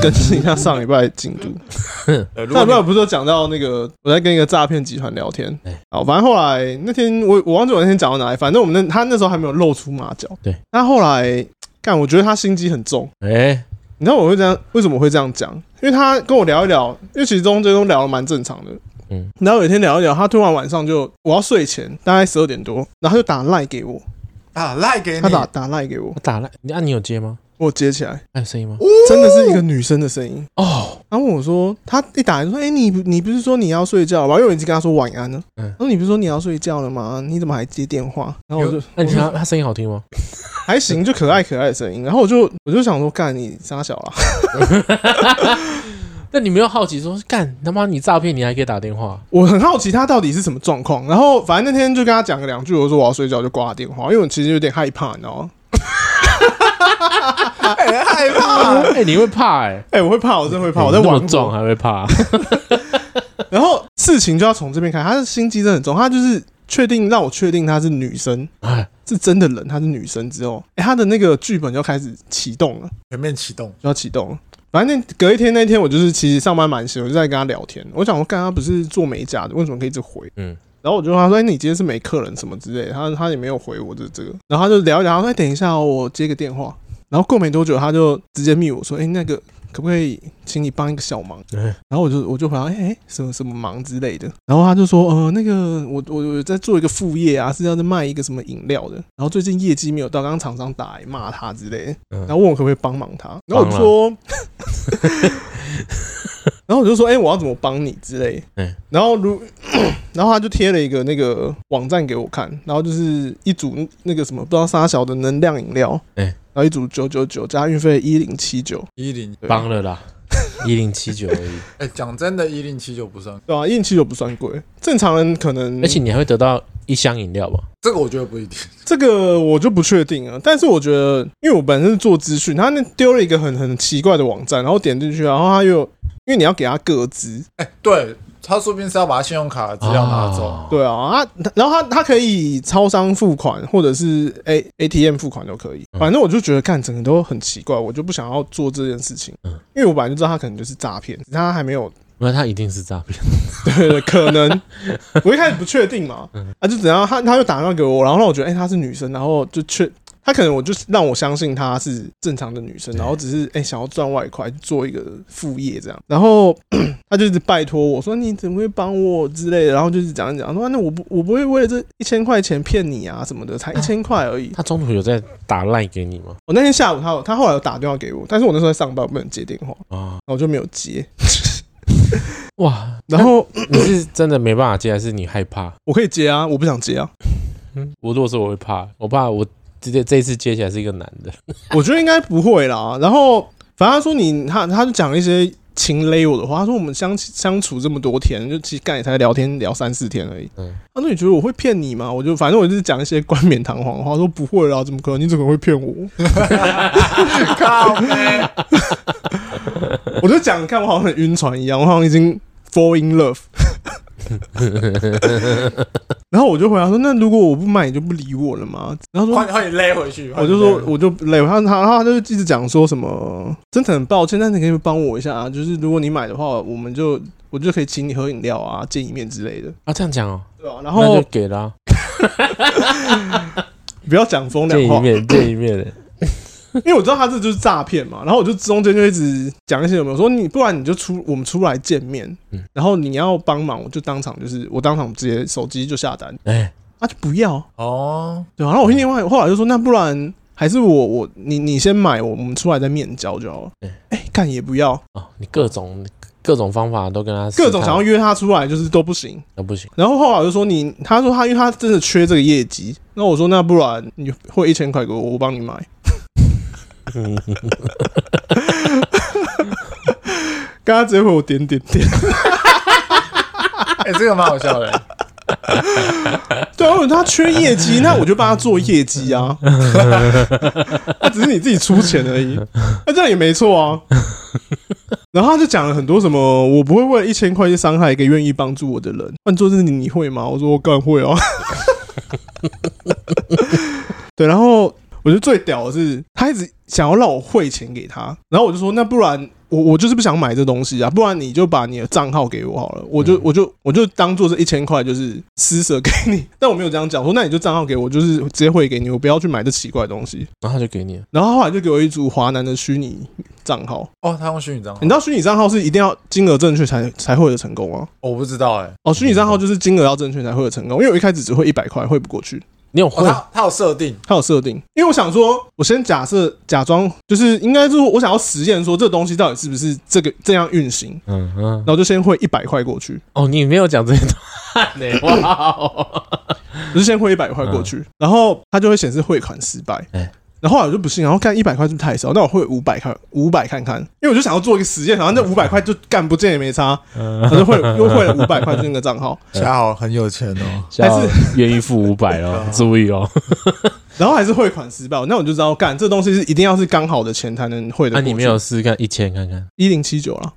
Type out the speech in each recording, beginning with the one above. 更新一下上礼拜的进 度。呃，如上果礼拜你我不是有讲到那个我在跟一个诈骗集团聊天哎，好，反正后来那天我我忘记我那天讲到哪里，反正我们那他那时候还没有露出马脚，对，他后来干，我觉得他心机很重。哎，你知道我会这样，为什么会这样讲？因为他跟我聊一聊，因为其实中间都聊的蛮正常的。嗯，然后有一天聊一聊，他突然晚上就我要睡前，大概十二点多，然后他就打赖给我，打赖给你他，打打赖给我，我打了，你啊，你有接吗？我接起来，还有声音吗？真的是一个女生的声音。哦，然后问我说，他一打来就说，哎、你你不是说你要睡觉吗？因为我已经跟他说晚安了。嗯嗯，他说你不是说你要睡觉了吗？你怎么还接电话？然后我就那你听他他声音好听吗？还行，就可爱可爱的声音。然后我就我就想说，干你傻小啊啦，那你没有好奇说，干他妈你诈骗，你还可以打电话？我很好奇他到底是什么状况。然后反正那天就跟他讲了两句，我说我要睡觉，就挂他电话，因为我其实有点害怕，你知道吗？很害怕。哎，你会怕哎？哎、我会怕，我真的会怕，我在那么玩重还会怕？然后事情就要从这边开，他的心机真的很重，他就是确定让我确定她是女生，哎，是真的人，她是女生之后，哎、他的那个剧本就开始启动了，全面启动，就要启动了。反正那隔一天那天，我就是其实上班蛮闲，我就在跟他聊天。我想我干，他不是做美甲的，为什么可以一直回？嗯嗯，然后我就问他说：“哎、你今天是没客人什么之类的？”他他也没有回我这这个。然后他就聊一聊，他说：“哎、等一下、哦，我接个电话。”然后过没多久，他就直接密我说：“哎、那个可不可以请你帮一个小忙？”哎然后我就我就回答，哎、哎什么什么忙之类的。然后他就说，呃，那个我我我在做一个副业啊，是要在卖一个什么饮料的。然后最近业绩没有到，刚刚厂商打来骂他之类的，嗯然后问我可不可以帮忙他。然后我就说， 然后我就说，哎、我要怎么帮你之类。嗯然后如然后他就贴了一个那个网站给我看，然后就是一组那个什么不知道啥小的能量饮料，哎然后一组九九九加运费一零七九，一零对帮 了啦，一零七九而已，哎，讲真的，一零七九不算，对啊，一零七九不算贵，正常人可能而且你还会得到一箱饮料吧？这个我觉得不一定。这个我就不确定了，但是我觉得，因为我本身是做资讯，他那丢了一个很很奇怪的网站，然后点进去，然后他又因为你要给他个资，哎，对他说不定是要把他信用卡的资料拿走，哦，对啊， 他然后他他可以超商付款或者是 A A T M 付款都可以，嗯反正我就觉得干整个都很奇怪，我就不想要做这件事情嗯，因为我本来就知道他可能就是诈骗，他还没有那他一定是诈骗。对对， 可能我一开始不确定嘛，啊，就怎样，他他就打电话给我，然后让我觉得，哎、她是女生，然后就确，他可能我就是让我相信她是正常的女生，然后只是哎、想要赚外快，做一个副业这样，然后 他就一直拜托我说你怎么会帮我之类的，然后就是讲一讲说，啊那我不我不会为了这一千块钱骗你啊什么的，才一千块而已。他中途有在打赖给你吗？我那天下午他有他后来有打电话给我，但是我那时候在上班，我不能接电话，然啊，后我就没有接，哇！然后 你是真的没办法接，还是你害怕？我可以接啊，我不想接啊。嗯，我如果说我会怕，我怕我直接这一次接起来是一个男的。我觉得应该不会啦。然后反正他说你他他就讲了一些情勒我的话，他说我们相相处这么多天，就其实干也才聊天聊三四天而已。嗯他说你觉得我会骗你吗？我就反正我就是讲一些冠冕堂皇的话，说不会啦，怎么可能？你怎么会骗我？靠背，我就讲，看我好像很晕船一样，我好像已经 fall in love。然后我就回答说：“那如果我不买，你就不理我了吗？”然后说：“快点快点勒回去。我就说，我就累，他他他就一直讲说什么，真的很抱歉，但是你可以帮我一下啊，就是如果你买的话，我们就我就可以请你喝饮料啊，见一面之类的，啊，这样讲哦，对吧、然那后就给了啊，不要讲风凉见一话，面，见一面的。因为我知道他这就是诈骗嘛，然后我就中间就一直讲一些有没有说你，不然你就出我们出来见面嗯，然后你要帮忙，我就当场就是我当场直接手机就下单，哎，啊就不要，哦，对啊、然后我另外后来就说，那不然还是我我你你先买，我们出来再面交就好了对，哎干也不要。哦，你各种各种方法都跟他试探各种想要约他出来，就是都不行。都不行。然后后来我就说你，他说他因为他真的缺这个业绩，那我说那不然你汇一千块给我，我帮你买。刚刚直接回我点点点，哎，这个蛮好笑的。对啊，我说他缺业绩，那我就帮他做业绩啊。那只是你自己出钱而已，那这样也没错啊。然后他就讲了很多什么，我不会为了一千块去伤害一个愿意帮助我的人。换做是你，你会吗？我说我当然会哦。 对，然后我觉得最屌的是，他一直想要让我汇钱给他，然后我就说那不然我我就是不想买这东西啊，不然你就把你的账号给我好了，我就、我就我就当做这啊一千块就是施舍给你，但我没有这样讲，我说那你就账号给我，就是直接汇给你，我不要去买这奇怪的东西。然后他就给你了，然后他后来就给我一组华南的虚拟账号，哦，他用虚拟账号你，知道虚拟账号是一定要金额正确才才会有成功啊？哦我不知道哎。哦，虚拟账号就是金额要正确才会有成功，因为我一开始只会一百块，汇不过去。你有哦，会他他有设定，它有设定，因为我想说，我先假设假装就是应该就是我想要实验说这东西到底是不是这个这样运行，嗯嗯然，后就先汇一百块过去，哦，你没有讲这一段呢，哇 哦，我就先汇一百块过去，然后它就会显示汇款失败哎。然后后来我就不信，然后看一百块是不是太少？那我汇五百看五百看看，因为我就想要做一个实验，然后那五百块就干不见也没差，然后就汇 又汇了五百块进那个账号，嘉豪很有钱哦。还是愿意付五百 哦，注意哦，然后还是汇款失败，那我就知道干这东西是一定要是刚好的钱才能汇的。那啊你没有试试看一千看看，一零七九了，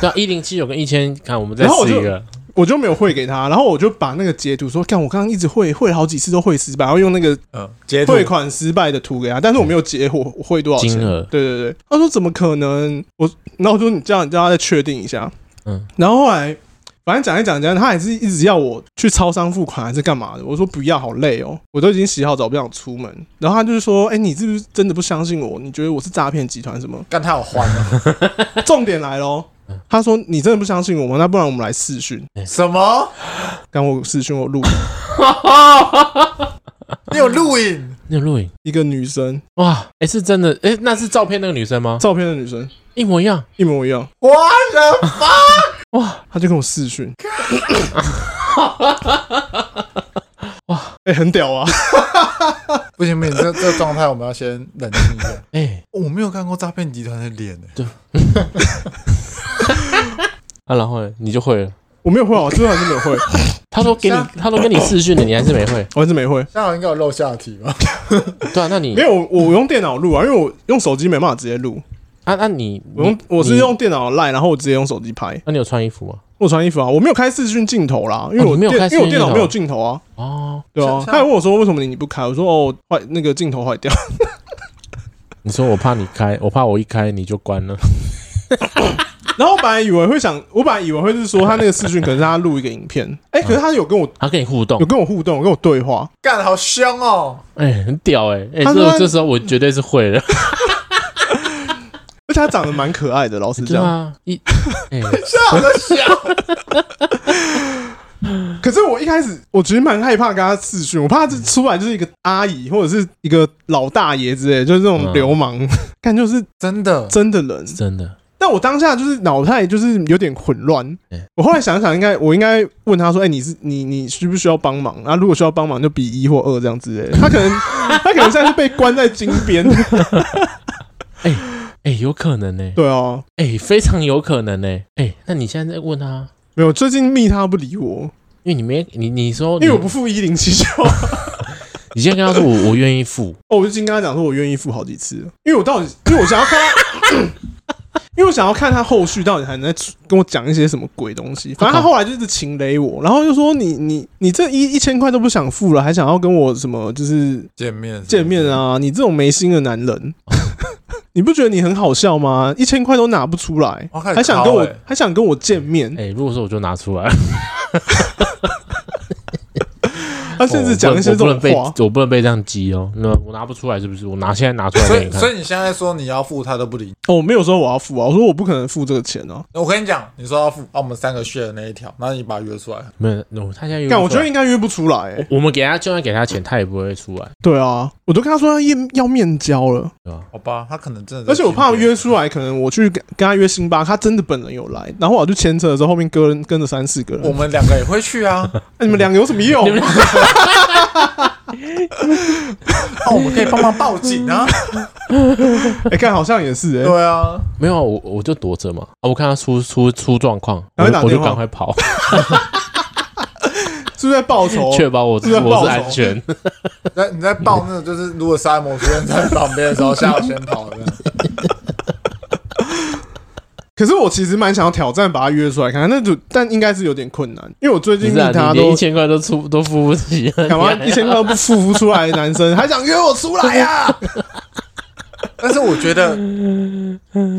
对啊，一零七九跟一千，看我们再然后我试就一个，我就没有汇给他，然后我就把那个截图说，干我刚刚一直汇汇了好几次都汇失败，然后用那个嗯，截图汇款失败的图给他，但是我没有截我我汇多少钱金额对对对，他说怎么可能？我然后我说你这样，你叫他再确定一下。嗯，然后后来反正讲一讲讲，他还是一直要我去超商付款还是干嘛的。我说不要，好累哦，我都已经洗好澡不想出门。然后他就是说，哎、你是不是真的不相信我？你觉得我是诈骗集团什么？干他有还 哦重点来喽。他说：“你真的不相信我吗？那不然我们来试训，什么？刚我试训我录你有录影？那有录影。一个女生哇，哎，是真的，哎，那是照片那个女生吗？照片的女生一模一样，一模一样，我的哇，他就跟我试训，哇，哎、很屌啊！ 不行不行，这这状态我们要先冷静一下。哦哎，我没有看过诈骗集团的脸呢。欸啊，然后呢，你就会了。我没有会啊，我最后还是没有会，他说给你，啊他说跟你试训的，你还是没会。我还是没会。嘉豪应该有露下体吧？对啊，那你没有，我我用电脑录啊，因为我用手机没办法直接录，啊，那你我用你我是你用电脑赖，然后我直接用手机拍。那你有穿衣服吗？我穿衣服啊，我没有开视讯镜头啦，因为哦我你没有电开视因为我电讯镜脑头没有镜头啊，哦，对啊像。他还问我说为什么你不开，我说哦坏那个镜头坏掉， 你说我怕你开，我怕我一开你就关了。然后我本来以为会想，我本来以为会是说他那个视讯可能是他录一个影片，哎，可是他有跟我 他跟你互动 有，跟我互动，有跟我对话，干，好香哦！哎、很屌哎、哎、他这说这时候我绝对是会了，而且他长得蛮可爱的，老实对讲。啊，一哎、嘉豪在笑，可是我一开始我其实蛮害怕跟他视讯，我怕这出来就是一个阿姨或者是一个老大爷之类的，就是那种嗯流氓， 看、就是真的，真的人。是真的，但我当下就是脑袋就是有点混乱嗯。我后来想想应该我应该问他说：“哎、你是你你需不需要帮忙？啊，如果需要帮忙，就比一或二这样之类的。”他可 能他可能现在是被关在金边。哎、有可能呢、对啊，哎、非常有可能呢、哎、那你现在在问他，没有，最近密他不理我，因为你没你你说因哦你为我不付一零七九。你现在跟他说我我愿意付，哦，我就已经跟他讲说，我愿意付好几次了，因为我到底，因为我想要看他， 因为我想要看他后续到底还能再跟我讲一些什么鬼东西。反正他后来就是情雷我，然后就说你你你这一一千块都不想付了，还想要跟我什么就是见面见面！啊？你这种没心的男人， 你不觉得你很好笑吗？一千块都拿不出来，哦我开始还想跟考我欸还想跟我见面，哎、如果说我就拿出来，他甚至讲一些哦我这不种能被话。我不能被这样激哦，那我拿不出来是不是？我拿现在拿出来所给以你看所，以你现在说你要付，他都不理你。哦，我没有说我要付啊，我说我不可能付这个钱啊。我跟你讲，你说要付，啊那我们三个 share 那一条，那你把他约出来。没有，那我他现在有但我觉得应该约不出来、欸。我们给他就算给他钱，他也不会出来，对啊，我都跟他说要面要面交了，对吧？好吧，他可能真的在而且我怕见面约出来，可能我去跟跟他约星巴克，他真的本人有来，然后我就牵扯的时候，后面跟跟着三四个人，我哎、们两个也会 去啊。你们两个有什么用哦你？们哦，我们可以帮忙报警 啊。哎，看、好像也是哎、对啊，没有啊，我我就躲着嘛。啊，我看他出出出状况，我赶快就打我电就话赶快跑，是不是在报仇？ 确保我是哦这个我报是仇安全。那你在报那个，就是如果杀人魔出现在旁边的时候，下午先跑的。可是我其实蛮想要挑战把他约出来看看，那就但应该是有点困难，因为我最不近是密啊，他你连都一千块都出都付不 起， 啊 干嘛一千块都不付不出来的男生，还想约我出来呀、但是我觉得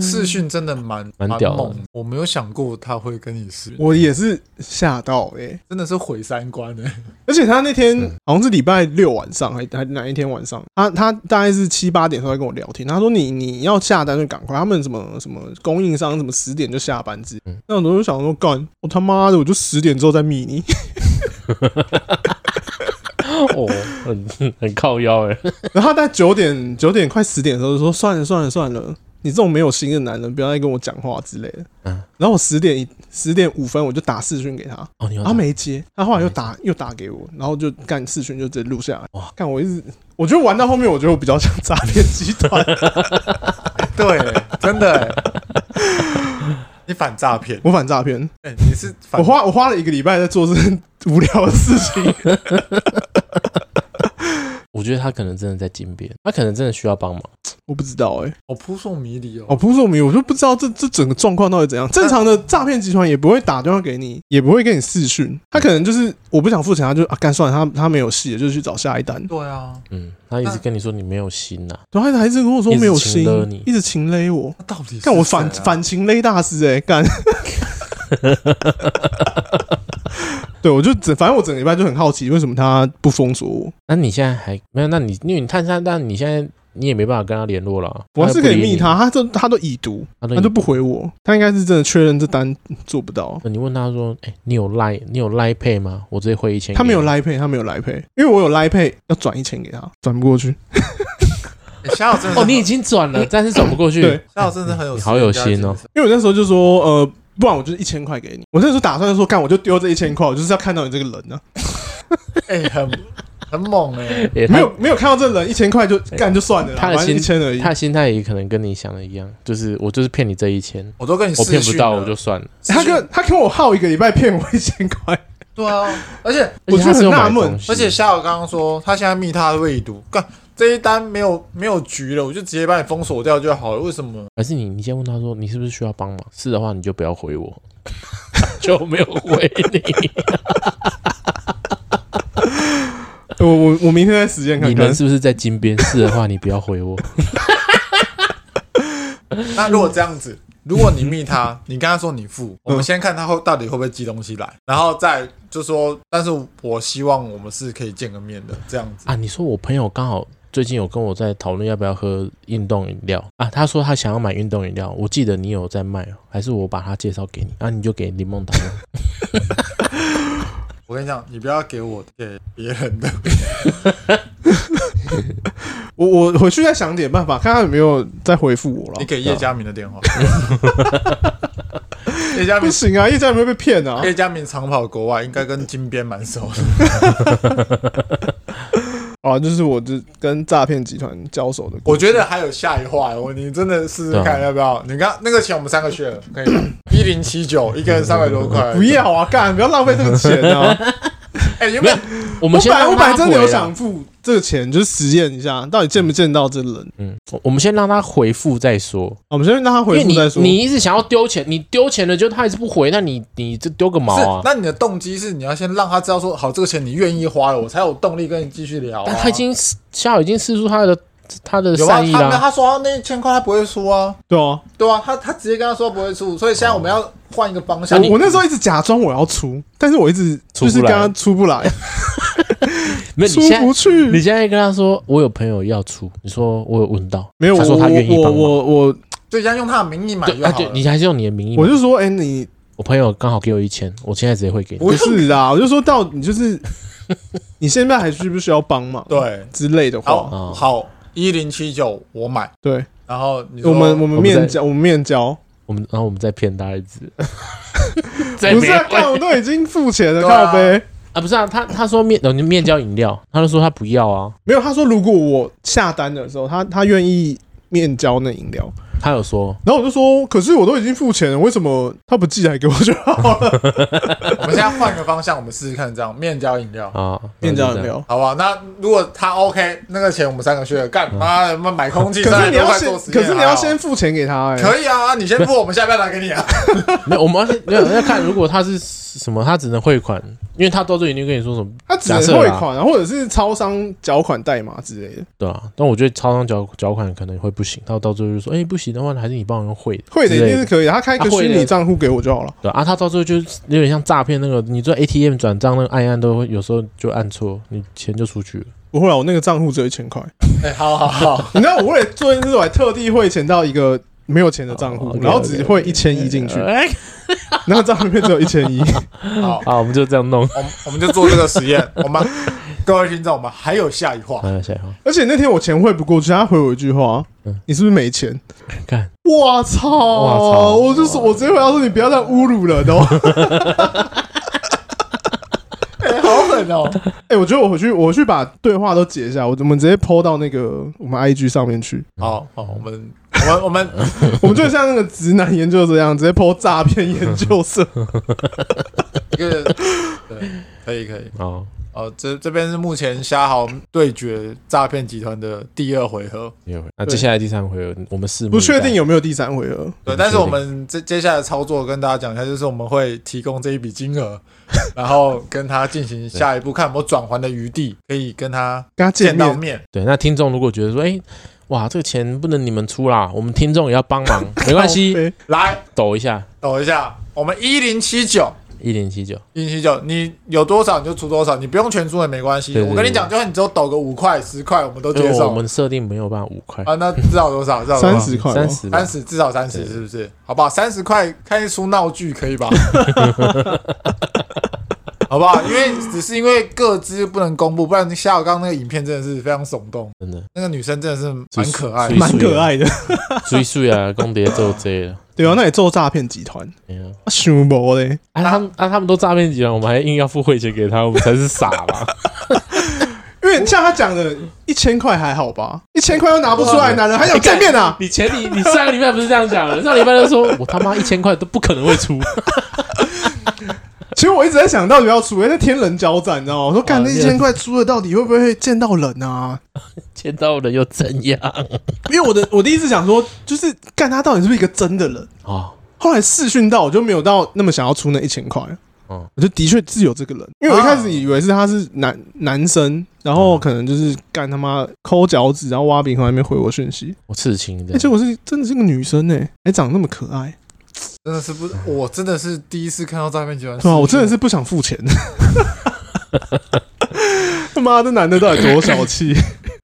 视讯真的蛮蛮屌的猛的，我没有想过他会跟你视讯，我也是吓到哎、真的是毁三观欸的、而且他那天好像是礼拜六晚上，还还哪一天晚上，他他大概是七八点的时候在跟我聊天，他说你你要下单就赶快，他们什么什么供应商什么十点就下班制，那我就想说干，我他妈的我就十点之后再密你， 哦，很很靠 腰哎，然后他在九点九点快十点的时候就说算了算了算了，你这种没有心的男人不要再跟我讲话之类的，嗯然后我十点十点五分我就打视讯给他，哦，你有他打没接，他后来又没打又打给我，然后就干视讯就直接录下来。嗯哇哇，干我一直，我觉得玩到后面，我觉得我比较像诈骗集 团，对，真的、欸你反诈骗，我反诈骗。 哎、你是反我花我花了一个礼拜在做这件无聊的事 情，我觉得他可能真的在金边，他可能真的需要帮忙。我不知道哎、好扑朔迷离哦。哦，扑朔迷离，我就不知道这这整个状况到底怎样。正常的诈骗集团也不会打电话给你，也不会跟你视讯，他可能就是我不想付钱，他就啊干算了，他他没有戏了，就去找下一单。对啊，嗯，他一直跟你说你没有心啊呐、然后他还是跟我说一直没有情心勒你，一直情勒我，那到底是干我反谁啊反情勒大师哎、干。对，我就整，反正我整个礼拜就很好奇，为什么他不封锁我？那你现在还没有？那你因为你探他，但你现在你也没办法跟他联络了啊。我还他是不可以理密你，啊他，他这他都已读，他都他就不回我，他应该是真的确认这单做不到。你问他说：“哎、你有 Line 你有 Line Pay 吗？我直接汇一千。”他没有，来配，他没有来配，因为我有来配，要转一千给他，转不过去。哎夏友真 的哦，你已经转了，但是转不过去。对夏友真的很有啊你好有心哦因为我那时候就说，呃，不然我就一千块给你。我那时候打算说，干我就丢这一千块，我就是要看到你这个人啊呢、 哎、很很猛哎、也没有没有看到这个人，一千块就干就算了啦，他的反正一心千而已他。他的心态也可能跟你想的一样，就是我就是骗你这一千，我都跟你我骗不视讯到了我就算了。 他跟他跟我耗一个礼拜骗我一千块，对啊，而且我而且就他是很有纳买闷东西而且夏友刚刚说他现在密他的未读，干这一单没有没有局了，我就直接把你封锁掉就好了。为什么？ 还是你，你先问他说你是不是需要帮忙？是的话，你就不要回我， 就没有回 你。 我我我明天再实践看你看人。是不是在金边？是的话，你不要回我。那如果这样子，如果你密他，你跟他说你付，嗯我们先看他后到底会不会寄东西来，然后再就说，但是我希望我们是可以见个面的，这样子。啊，你说我朋友刚好最近有跟我在讨论要不要喝运动饮料啊，他说他想要买运动饮料，我记得你有在卖哦，还是我把他介绍给你啊？你就给林梦堂 我跟你讲，你不要给我给别人的，我我回去再想点办法，看他有没有再回复我你了。给叶嘉明的电话。 叶嘉 不明，行啊，叶家有没有被骗啊？哎叶嘉明长跑国外，应该跟金边蛮熟的。啊，就是我这跟诈骗集团交手的故我事。觉得还有下一话，我你真的试试对啊看要不要？你刚那个钱我们三个去了，可以 吧？一零七九，一个人三百多块，不要啊，干，不要浪费这个钱啊！哎，原本 我我们先本来让我他本来真的有回啦啊想付这个钱，就是实验一下，到底见不见到这人。哦嗯，我我们先让他回复再说，我们先让他因回为复你再说。你一直想要丢钱，你丢钱了就他还是不回，那你你这丢个毛是啊？那你的动机是你要先让他知道说，好，这个钱你愿意花了，我才有动力跟你继续聊、啊。但他已经夏已经试出他的他的有啊，善意他没有啦，他说他那一千块他不会出啊，对啊，对啊，他他直接跟他说不会出，所以现哦在我们要换一个方向。我我那时候一直假装我要出，但是我一直出不就是跟来他出不来，没有出你现不在。你去。现在跟他说，我有朋友要出，你说我有问到，没有，他我说他愿意我帮忙，我我就一样用他的名义买就对，啊好对，了。你还是用你的名义嘛，我就说，哎，你我朋友刚好给我一千，我现在直接汇给你。不不用是啊，我就说到你就是你现在还需不需要帮忙？对，之类的好、话，哦好，一零七九我买，对然后你说我们我们我们在面交我们面交，我们然后我们再骗他一 次，再不是啊，骗看我都已经付钱了，对啊靠呗。啊，不是啊，他他说面哦，你面交饮料，他就说他不要啊，没有，他说如果我下单的时候，他他愿意面交那饮料，他有说然后我就说，可是我都已经付钱了，为什么他不寄来给我就好 了？我们现在换个方向，我们试试看这样面交饮料。啊，面交饮然后料。好不好？那如果他 OK，那个钱我们三个去了，干妈的，妈买空气，可是你要先300多块做实，可验是你还要好先付钱给他哎、可以啊，你先付，我们下班拿给你啊。就这样没有，我们要先没有要看，如果他是什么，他只能汇款，因为他到这里就跟你说什么，他只假能设啦汇款啊，或者是超商缴款代码之类的，对啊。但我觉得超商缴缴款可能会不行，他到最后就说，哎、不行的话，还是你帮我用汇的，汇的一之类定是可以的，他开一个啊汇虚的拟账户给我就好了。对啊。啊他到最后就是有点像诈骗那个，你做 ATM 转账那个按一按都会有时候就按错，你钱就出去了。不会啊，我那个账户只有一千块。哎，好好 好，你知道我为了做这件事，我还特地汇钱到一个没有钱的账哦户， ，OK，然后只汇一千一进去，哎、然后账户里面只有一千一。 好，好，我们就这样弄。我们我们就做这个实验。我们各位听众，我们还有下一话。来，下一话，而且那天我钱汇不过去，他回我一句话嗯：“你是不是没钱看？”我操！哇操我就是我直接回答说：“你不要再侮辱人哦！” 哎，好狠哦！哎，我觉得我回去，我去把对话都截一下，我我们直接 PO 到那个我们 IG 上面去。好好，我们我们我们我们就像那个直男研究这样，直接 PO 诈骗研究 社。一个对，可以可以。哦，哦，这这边是目前虾豪对决诈骗集团的第二回合。第二回，那接下来第三回合，我们是不确定有没有第三回合。对，嗯但是确定我们接接下来的操作跟大家讲一下，就是我们会提供这一笔金 额，然后跟他进行下一步，看有没有转还的余地，可以跟他跟他见见到面，面。对，那听众如果觉得说，哎、哇，这个钱不能你们出啦，我们听众也要帮忙，没关 系， OK 来，抖一下等一下，我们一零七九。一零七九，一零七九，你有多少你就出多少，你不用全出也没关系。对对对我跟你讲，就算你只有抖个五块、十块，我们都因接为受。我们设定没有办法五块，啊，那至少多少？至少多少三十块吗，哦三十吧，三十，至少三十，是不是？好不好？三十块看一出闹剧可 以吧？好不好？因为只是因为各自不能公布，不然下午刚刚那个影片真的是非常耸动，真的，那个女生真的是蛮可爱是的是蛮可爱的，追溯啊，公爹做这 了，对啊，那也做诈骗集团，没有。啊想不嘞？啊，他们啊，他们都诈骗集团，我们还硬要付汇钱给他，我们才是傻吧？ 因为像他讲的，一千块还好吧，一千块又拿不出来，男人还想见面啊？你前你你上个礼拜不是这样讲的？上礼拜就说我他妈一千块都不可能会出，其实我一直在想到底要出，因为哎那天人交战，你知道吗？我说干啊那一对啊千块出了，到底会不会见到人啊？见到人又怎 样因为我的我的意思想说，就是干他到底是不是一个真的人？啊？后来试训到，我就没有到那么想要出那一千块。嗯我就的确是有这个人，因为我一开始以为是他是男男生，然后可能就是干他妈抠脚趾，然后挖鼻孔还没回我讯息，我刺青的而，且我是真的是个女生呢、还长那么可爱，真的是不，我真的是第一次看到诈骗集团。对啊吧、我真的是不想付钱。 他妈，这男的到底多小气？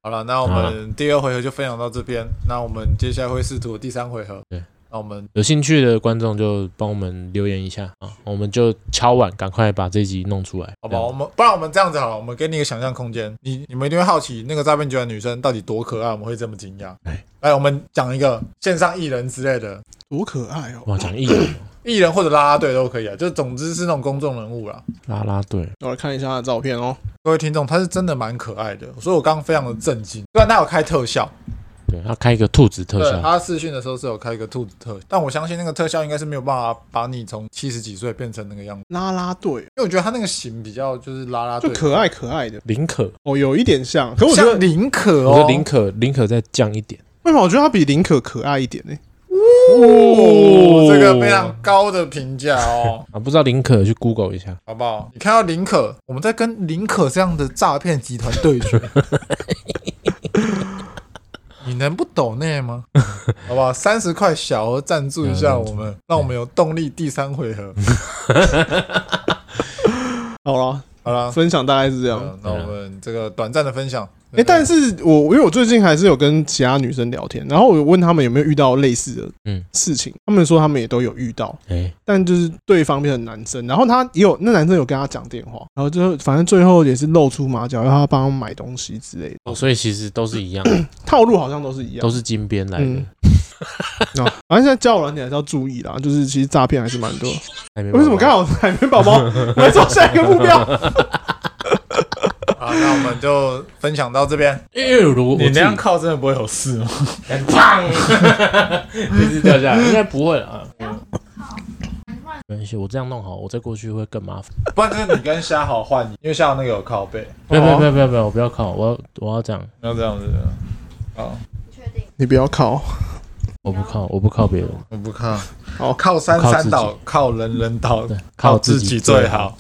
好了，那我啊们第二回合就分享到这边，那我们接下来会试图第三回合。对，那我们有兴趣的观众就帮我们留言一下啊，我们就敲碗，赶快把这集弄出来，好不好？我们不然我们这样子好了，我们给你一个想象空间，你你们一定会好奇那个诈骗集团女生到底多可爱，我们会这么惊讶哎。来，我们讲一个线上艺人之类的，多可爱哦！哇，讲艺人 艺人或者啦啦队都可以啊，就总之是那种公众人物啦。啦啦队，我来看一下他的照片哦。各位听众，他是真的蛮可爱的，所以我刚刚非常的震惊。虽然他有开特效，对，要开一个兔子特对，啊效，他试训的时候是有开一个兔子特效，但我相信那个特效应该是没有办法把你从七十几岁变成那个样子，拉拉队啊因为我觉得他那个型比较就是啦啦就队，可爱可爱的林可，哦，有一点像，可我觉像得林可我觉哦，得林可林可再降一点，，为什么我觉得他比林可可爱一点呢、哦，这个非常高的评价哦啊，不知道林可去 Google 一下，好不好？你看到林可，我们在跟林可这样的诈骗集团对决。 你能不抖内 吗？好不好？三十块小额赞助一下我们，让我们有动力第三回合。好了，好啦，分享大概是这样。呃那我们这个短暂的分享，哎、但是我因为我最近还是有跟其他女生聊天，然后我问她们有没有遇到类似的嗯事情，她们说她们也都有遇到，哎，但就是对方变成男生，然后他也有那男生有跟他讲电话，然后就反正最后也是露出马脚，要他帮他买东西之类的，哦，所以其实都 是一样，套路好像都是一样都。是金边来的嗯，啊，反正现在交友软体还是要注意啦，就是其实诈骗还是蛮多。海绵宝宝为什么刚好海绵宝宝来做下一个目标？啊，那我们就分享到这边。因为如果我自己靠，真的不会有事吗？ 很欸棒，一直掉下来，应该不会了啊。没关系，我这样弄好，我再过去会更麻烦。不然就是你跟虾好换，因为虾好那个有靠背，不要不哦要不要不要不要，我不要靠，我要我要这样。要这样子。好，你不要靠，我不靠，我不靠别人，我不靠，好靠山靠自山己倒，靠人人倒，对，靠自自己最好。。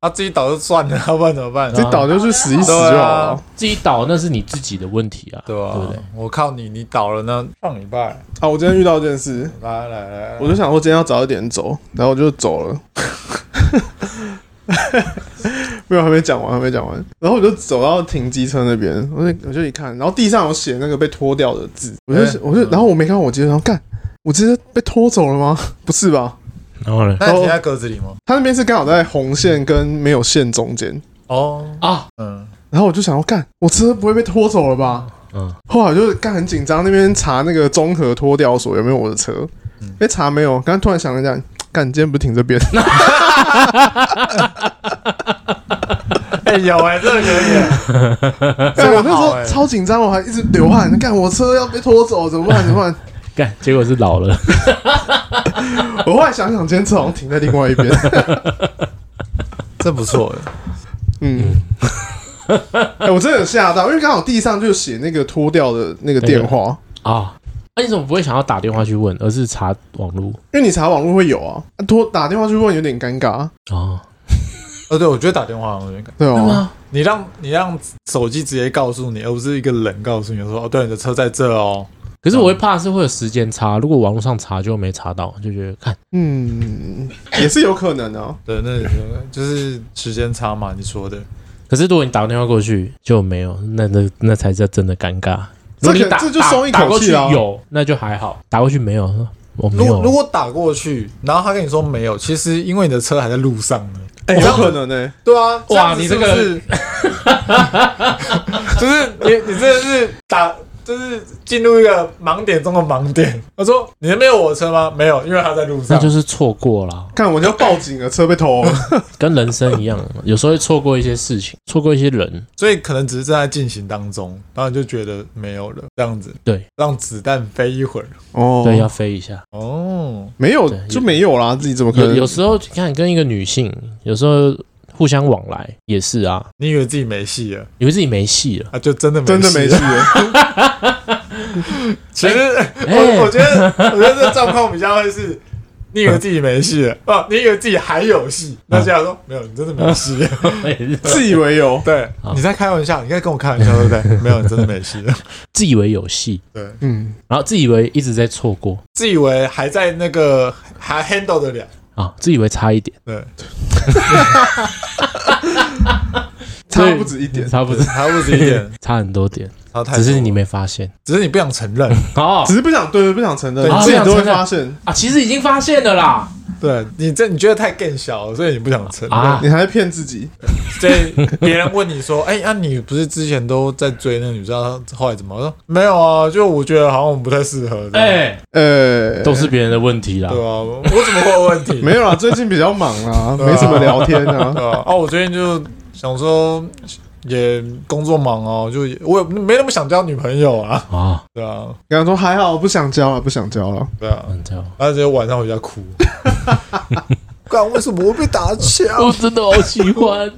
啊，自己倒就算了，要不然怎么办？这倒就是死一死就好对啊了。自己倒那是你自己的问题啊，对吧对不对？？我靠你，你倒了呢。上礼拜，啊，我今天遇到这件事，来来来，我就想说今天要早一点走，然后我就走了。 没有，还没讲完，还没讲完。然后我就走到停机车那边，我就我就一看，然后地上有写那个被拖掉的字，我就、哎我就，嗯然后我没看我机车，然后干，我机车被拖走了吗？不是吧？然后呢？那你停在格子里吗？他那边是刚好在红线跟没有线中间，哦，啊，嗯，然后我就想要干，我车不会被拖走了吧？嗯，后来我就干很紧张，那边查那个综合拖吊所有没有我的车，哎、嗯查没有，刚刚突然想了一下，干今天不是停这边， 哎，有哎，这个可以， 哎，我那时好哎候超紧张，我还一直流汗，干我车要被拖走怎么办？怎么办？干，结果是老了，我后来想想，今天车好像停在另外一边， 这不错哎。嗯。哎、我真的有吓到，因为刚好地上就写那个拖吊的那个电话，啊。那、你怎么不会想要打电话去问，而是查网络因为你查网络会有啊，啊拖打电话去问有点尴尬，哦？哦，对，我觉得打电话我觉得对对啊哦，吗？你让你让手机直接告诉你，而不是一个人告诉你说哦，对，你的车在这哦。可是我会怕是会有时间差，如果网络上查就没查到，就觉得看嗯，也是有可能 啊。对，那就是时间差嘛，你说的。可是如果你打个电话过去就没有，那那那才叫真的尴尬。如果你这个打这就松一口打打过去气啊有，那就还好；打过去没有，我没如果有。如果打过去，然后他跟你说没有，其实因为你的车还在路上呢。哎、有可能呢、对啊，哇样子你是这不个是， 就是你你真的是打，就是进入一个盲点中的盲点。他说你那边有我车吗？没有，因为他在路那上。就是错过了，看我就要报警了，车被偷了。跟人生一样，有时候会错过一些事情，错过一些人。所以可能只是正在进行当中，然后你就觉得没有了，这样子。对，让子弹飞一会儿。哦对，要飞一下。哦，没有对有就没有啦，自己怎么可有能？有时候你看跟一个女性，有时候互相往来也是啊，你以为自己没戏了以为自己没戏 了，啊？就真的没真的没戏戏了。了，其实、哎我我觉得，我觉得这状况比较会是，你以为自己没戏了，哦、你以为自己还有戏，那这样说没有，你真的没戏了。哎自以为有。对，好你在开玩笑，你在跟我开玩笑，对不 对？没有，你真的没戏了。自以为有戏，对，嗯，然后自以为一直在错过自以为还在那个还 handle 得了，啊，自以为差一点，对，差不止一点，差不止，还不止一 点， 差很多点，然后太只是多你了，没发现。只是你不想承 认，哦只是不想对，不想承认，对你啊自己都不会想承认发现， 啊，其实已经发现了啦对你这你觉得太更小了，所以你不想承认。 啊你，还在骗自己。所以别人问你说：“哎、那、你不是之前都在追那个女生，她后来怎么？”我说：“没有啊，就我觉得好像我们不太适合。”哎，哎，呃，都是别人的问题啦对。啊，我怎么会有问题？ 没有啦，最近比较忙 啦，对啊没什么聊天啊。对啊，啊，我最近就想说，也工作忙哦，就也我也没那么想交女朋友啊，啊，对啊，跟他说还好，不想交了，不想交了。对啊，你知道，然后直接晚上回家哭。 干为什么我被打枪？ 我真的好喜欢，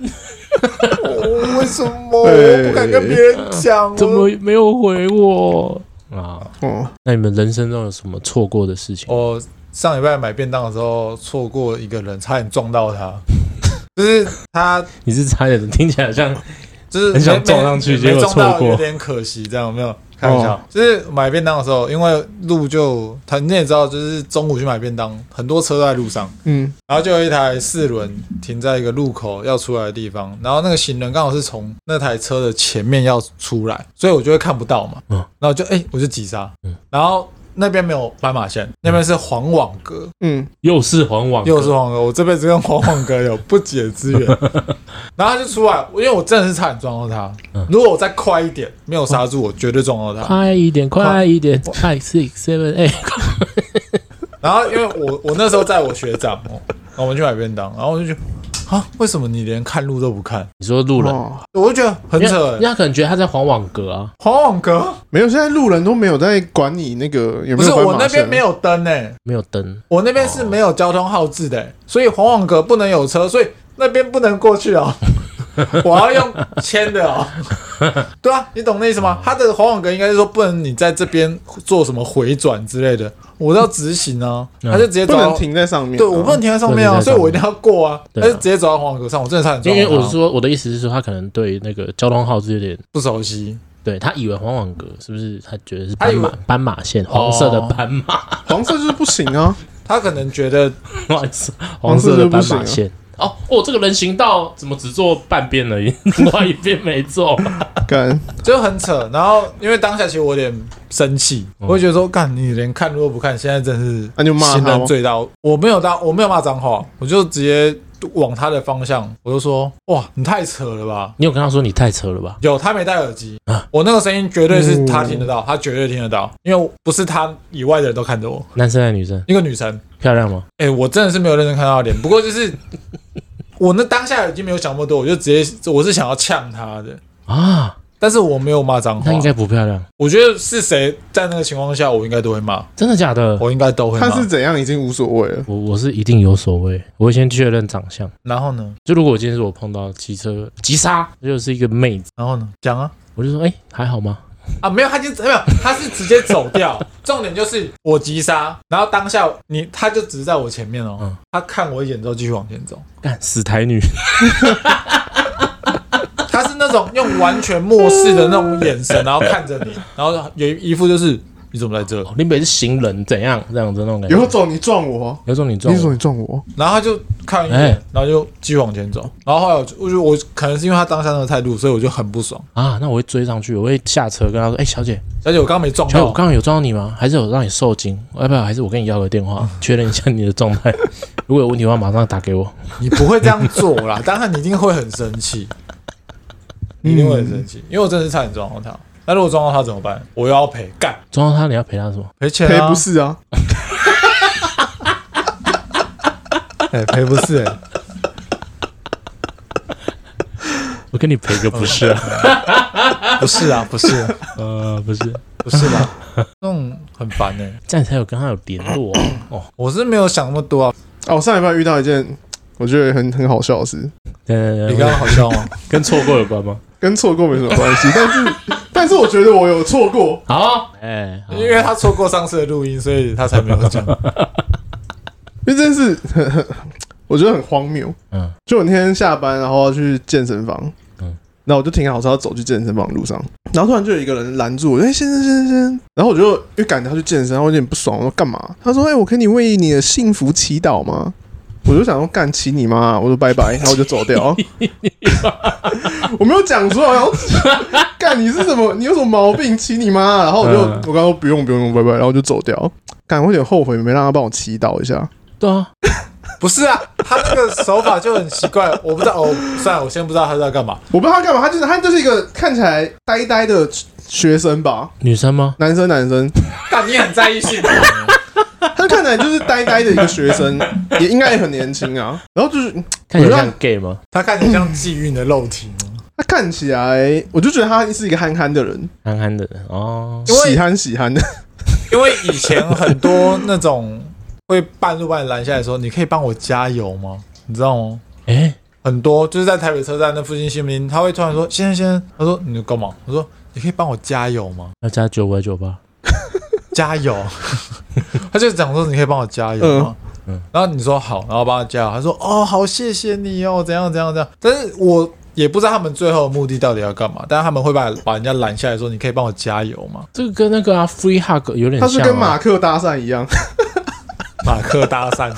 我为什么我不敢跟别人讲？怎么没有回我啊？哦，那你们人生中有什么错过的事情？哦我上礼拜买便当的时候，错过一个人，差点撞到他。 就是他，你是差点听起来像就是很想没没撞上去没结果撞到错过哦有点可惜，这样有没有？开玩笑，就是买便当的时候，因为路就他你也知道，就是中午去买便当，很多车都在路上，嗯，然后就有一台四轮停在一个路口要出来的地方，然后那个行人刚好是从那台车的前面要出来，所以我就会看不到嘛。嗯然后就哎、我就急刹，嗯然后那边没有斑马线，那边是黄网格，嗯，又是黄网，又是黄哥，我这辈子跟黄黄哥有不解之 缘。然后他就出来，因为我真的是差点撞到他嗯。如果我再快一点，没有刹住，我绝对撞到他。快一点，快一点，five six seven eight，然后因为我我那时候在我学长哦，然后我们去买便当，然后我就觉得啊，为什么你连看路都不看？你说路人，哦，我就觉得很人家扯欸人。家可能觉得他在黄网格啊，黄网哥没有，现在路人都没有在管你那个有不没是有我斑马那线边没，有灯诶，没有灯，我那边是 欸没有交通号志的、所以黄网格不能有车，所以那边不能过去哦。我要用签的哦。对啊，你懂那意思吗？他的黄网格应该是说，不能你在这边做什么回转之类的，我要直行啊，嗯他就直接不走到能。停在上面。啊对，我不能停在上面不能停在上啊，面所以我一定要过啊。对啊他就直接走到黄网格上，我真的差点因撞到为他我是说，我的意思是说，他可能对那个交通号是有点，不熟悉，对他以为黄网格是不是？他哦觉得是他斑以为马斑马线，黄色的斑马， 黄色就是不行啊，他可能觉得黄色黄色的斑马线。哦哦，这个人行道怎么只做半边而已， 另外一边没做？干就很扯。然后因为当下其实我有点生气，我会觉得说，干你连看都不看，现在真是哦那就骂他行吗人最大。我没有当，我没有骂脏话，我就直接往他的方向，我就说，哇，你太扯了 吧。你有跟他说你太扯了吧？有，他没戴耳机啊，我那个声音绝对是他听得到，他绝对听得到，因为不是他以外的人都看着我，男生还是女生？一个女生，漂亮吗？哎、我真的是没有认真看到她的脸，不过就是 我那当下已经没有想那么多，我就直接我是想要呛他的，啊，但是我没有骂脏话她，应该不漂亮，我觉得是谁在那个情况下，我应该都会 骂，真的假的？我应该都会骂他。是怎样已经无所谓了。我我是一定有所谓，我会先确认长相。然后呢？就如果我今天是我碰到骑车急刹，就是一个妹子，然后呢？讲啊我就说，哎、还好吗？啊，没有，他就没有，他是直接走 掉。重点就是我急刹，然后当下你他就只是在我前面哦，嗯他看我一眼之后继续往前走。干死台女，他是那种用完全漠视的那种眼神，然后看 着你，然后有一副就是你怎么在这？哦林北是行人，怎样这样子那种感觉有？种你撞我，有种你撞你我种你撞我，然后他就看一眼，哎然后就继续往前走。然后后来我就我就我可能是因为他当下那个态度，所以我就很不爽。啊，那我会追上去，我会下车跟她说，哎、小姐，而且我刚刚没撞小姐，我到，刚刚有撞到你吗？还是有让你受惊？呃要不要？还是我跟你要个电话，确认一下你的状态？ 如果有问题的话，马上打给我。 你不会这样做 啦，当然你一定会很生气，嗯你一定会很生气，因为我真的是差点撞到他。那如果撞到他怎么办？我又要赔，干撞到她，你要赔她什么？赔钱赔啊！ 不是啊，哎，赔不是哎，我跟你赔个不是 啊？不是啊，不是，呃，不是，不是啦，那种很烦哎。这样才有跟她有联络啊、哦。我是没有想那么多 啊，哦，我上礼拜遇到一件我觉得很很好笑的事，呃，你刚刚好笑 吗？跟错过有关吗？跟错过没什么关系，但是但是我觉得我有错过，好，哎、好因为他错过上次的录音，所以他才没有 讲。因为这件事很很， 我觉得很荒谬。嗯就我那天下班，然后要去健身房，嗯嗯，然后我就停好车，要走去健身房的路上，然后突然就有一个人拦住我，哎、先生先生先生，然后我就因为赶着他去健身，然后我有点不爽，我说干嘛？他说，哎、我可以为你的幸福祈祷吗？我就想说干起你妈，我说拜拜，然后我就走掉。我没有讲出来，然后 干你是什么？你有什么毛病？起你妈！然后我就、嗯我刚说不用不用拜拜，然后我就走掉。干，我有点后悔没让他帮我祈祷一下。对啊，不是啊，他那个手法就很奇怪，我不知道哦。算了，我先不知道他在干嘛。我不知道他干嘛，他就是他就是一个看起来呆呆的学生吧，女生吗？男生男生， 但你很在意 性格，他看起来就是呆呆的一个学生，也应该也很年轻啊。然后就是嗯看起来我觉像 gay 吗？他看起来像觊觎你的肉体吗？他看起来，我就觉得他是一个憨憨的人，憨憨的人哦，因为喜憨喜憨的。因为以前很多那种会半路把你拦下来说，你可以帮我加油吗？你知道吗？哎、很多就是在台北车站那附近新民，他会突然说：“先生，先生。”他说：“你干嘛？”我说：“你可以帮我加油吗要加九百九八，？”加油，他就讲说：“你可以帮我加油吗？”嗯嗯然后你说好，然后帮他加油。他说：“哦，好，谢谢你哦，怎样怎样怎样。”但是我也不知道他们最后的目的到底要干嘛，但是他们会把把人家拦下来说：“你可以帮我加油吗这个跟那个啊 free hug 有点他像、啊，是跟马克搭讪一样，？” 马克搭讪，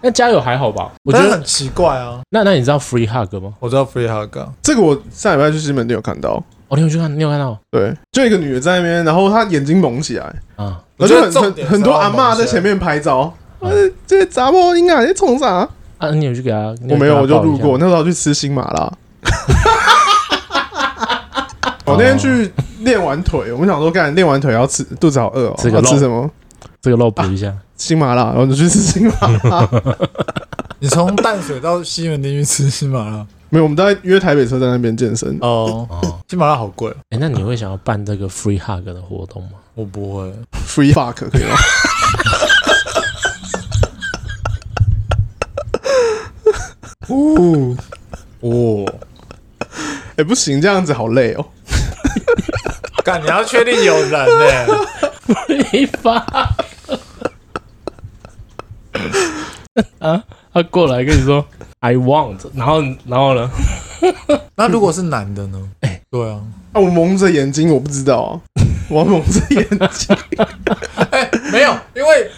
那加油还好吧？我觉但是得很奇怪啊。那那你知道 free hug 吗？我知道 free hug，啊这个我上礼拜去西门店有看到。哦，你有去看，你有看到对，就一个女的在那边，然后她眼睛蒙起来，啊？我然后觉就得很重点很很是多要阿嬷蒙起在来前面拍照。嗯呃，这杂波应该在冲啥？啊，你有去给他？你我没有，我给他就抱一路下过，。那时候去吃新马拉。 我那天去练完腿，我们想说干练完腿要吃，肚子好饿哦，吃个要肉吃什么？这个肉补一下，新麻辣，然后就去吃新麻 辣。你从淡水到西门町去吃喜马拉没有，我们都在约台北车站那边健身。哦，哦，喜马拉好贵哦，哎、那你会想要办这个 free hug 的活动吗？我不会。 Free fuck 可以 吗？哦，哦，哎、不行，这样子好累哦。干，你要确定有人欸 呢、没法。 啊，他过来跟你说 I want，然后然后呢？那如果是男的呢？对啊，啊，我蒙着眼睛，我不知道啊，我蒙着眼睛，哎、没有，因为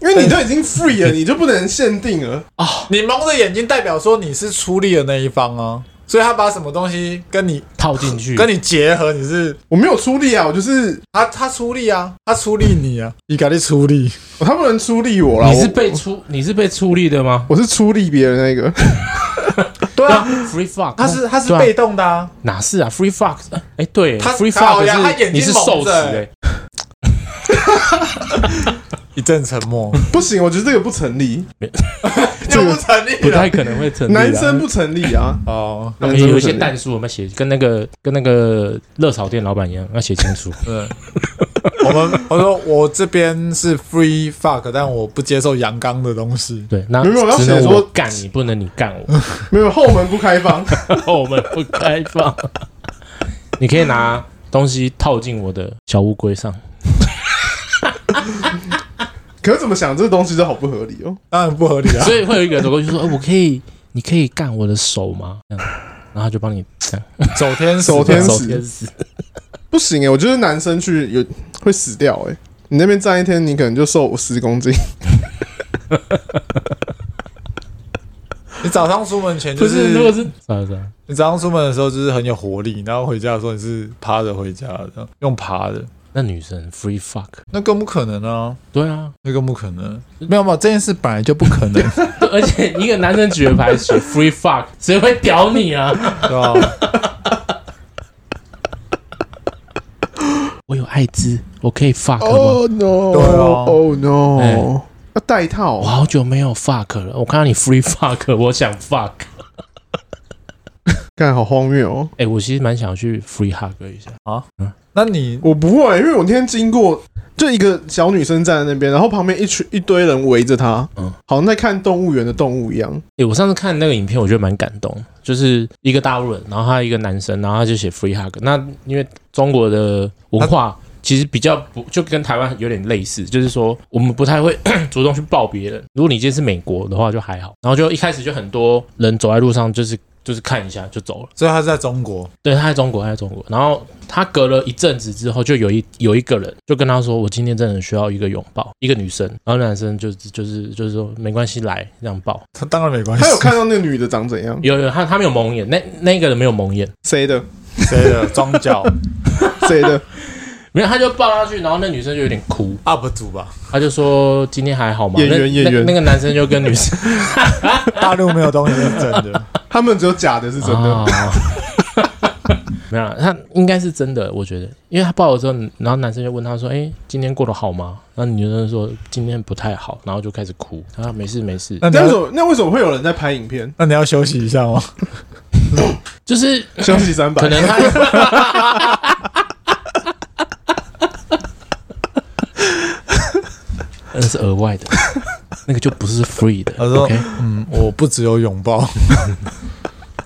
因为你都已经 free 了，你就不能限定了。你蒙着眼睛代表说你是出力的那一方啊，所以他把什么东西跟你套进去，跟你结合，你是我没有出力啊，我就是、他他出力啊，他出力你啊，你赶紧出力，哦他不能出力我啦，你是我被出你是被出力的吗？我是出力别人那个，对啊啊， ，free fuck，他是他是对啊被动的啊，哪是啊？free fuck，哎、对，他 free 他好 fuck 像他是眼睛你是受蒙死着哎、欸一阵沉默，不行，我觉得这个不成立， 又不成立不了太可能会成立啦男生不成立 啊，哦，我男们生有不一些成立。蛋叔，我们写跟那个跟那个热炒店老板一样，要写清楚。对。 我们我说我这边是 free fuck，但我不接受阳刚的东西。对，那没有要只能写我说干你，不能你干我，没有后门不开放， 我们不开放。 你可以拿东西套进我的小乌龟上，可是怎么想这东西都好不合理哦。当然不合理啊！所以会有一个人走过去说：“呃我可以，你可以干我的手吗？”这样，然后他就帮你这样走天使，走天使手天使。不行哎、我觉得男生去有会死掉哎、你那边站一天，你可能就瘦十公斤。你早上出门前不，就是如果是算了算了，你早上出门的时候就是很有活力，然后回家的时候你是趴着回家的，用爬的，那女生 free fuck，那更不可能啊，对啊，那更不可能。没有没有，这件事本来就不可能，对而且一个男生举牌写 free fuck，谁会屌你啊？ 对吧？我有艾滋，我可以 fuck 吗？ Oh no！对啊 o h no！、哎要带套啊我好久没有 fuck 了，我看到你 free fuck，我想 fuck。干好荒谬哦！哎、我其实蛮想去 free hug 一下。那你我不会，因为我那天经过，就一个小女生站在那边，然后旁边一群一堆人围着她，嗯好像在看动物园的动物一样。哎、我上次看那个影片，我觉得蛮感动，就是一个大陆人，然后他一个男生，然后他就写 free hug。那因为中国的文化其实比较不，就跟台湾有点类似，就是说我们不太会 主动去抱别人。如果你今天是美国的话，就还好。然后就一开始就很多人走在路上，就是就是看一下就走了。所以他是在中国，对，他在中国，他在中国。然后他隔了一阵子之后，就有一有一个人就跟他说：“我今天真的需要一个拥抱，一个女生。”然后那男生就就是就是说没关系，来这样抱。他当然没关系。她有看到那个女的长怎样？有有他他没有蒙眼，那那个人没有蒙眼，谁的？谁的装脚谁的？没有他就抱上去，然后那女生就有点哭， UP 主吧？他就说：“今天还好吗？”演员那演员那那个男生就跟女 生大陆没有东西是真 的，他们只有假的，是真 的。啊没有啦，他应该是真的，我觉得，因为他抱了之后，然后男生就问他说：“哎、今天过得好吗？”然后女生说：“今天不太好。”然后就开始哭。他说：“没事没事，那你那为什要么？那为什么会有人在拍影片？那你要休息一下吗？就是休息三百，可能他 那是额外的，那个就不是 free 的。他说 OK，嗯，我不只有拥抱，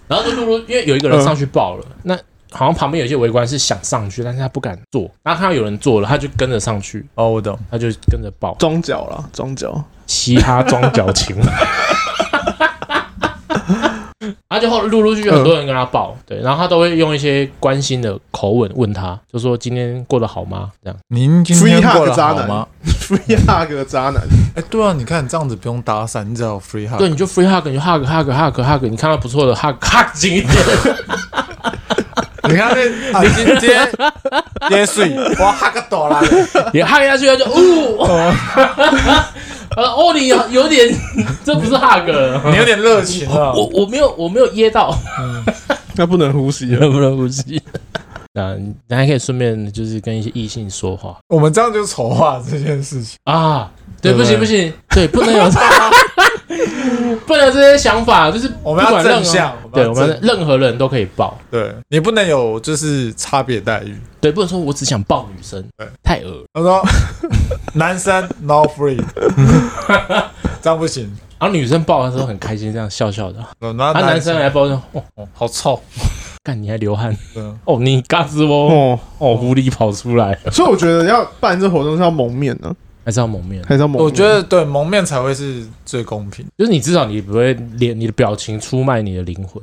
然后就陆陆，因为有一个嗯人上去抱了，那好像旁边有些围观是想上去，但是他不敢坐，然后看到有人坐了，他就跟着上去，哦，我懂。他就跟着抱，装脚啦，装 脚。嘻哈装矫情。 而且后陆陆续续很多人跟他抱，对，然后他都会用一些关心的口吻问他，就说今天过得好吗？这样。您今 Free 天 hug 过得渣好男吗？ free hug 渣男，哎，对啊，你看这样子不用搭讪，你只要有 free hug。对，你就 free hug，你就 hug hug hug hug，你看到不错的 hug hug 紧一点。你看那啊，今天今天睡，我哈个哆啦。你 hug 下去，他就 呜，哦呃哦，你有有点，这不是 hug，了你有点热情啊！我我没有我没有噎 到，那不能呼吸了。能不能呼吸？啊，你还可以顺便就是跟一些异性说话我们这样就丑化这件事情。啊。对，对不不对行不行，对，不能有不能有这些 想法，就是我们要不管任何正向我们要对，我们正任何人都可以抱，对你不能有就是差别待遇。对，不能说我只想抱女生对，太 恶了。他说男生 no free，这样不行。哦然后女生抱的时候很开心，这样笑笑的，然后啊，男生来抱说，哦，哦好臭，干你还流汗，嗯，哦，你嘎吱窝，哦，哦，狐狸跑出来了，所以我觉得要办这活动是要蒙面的、还是要蒙面，还是要蒙面？我觉得对蒙面才会是最公平，就是你至少你不会脸你的表情出卖你的灵魂，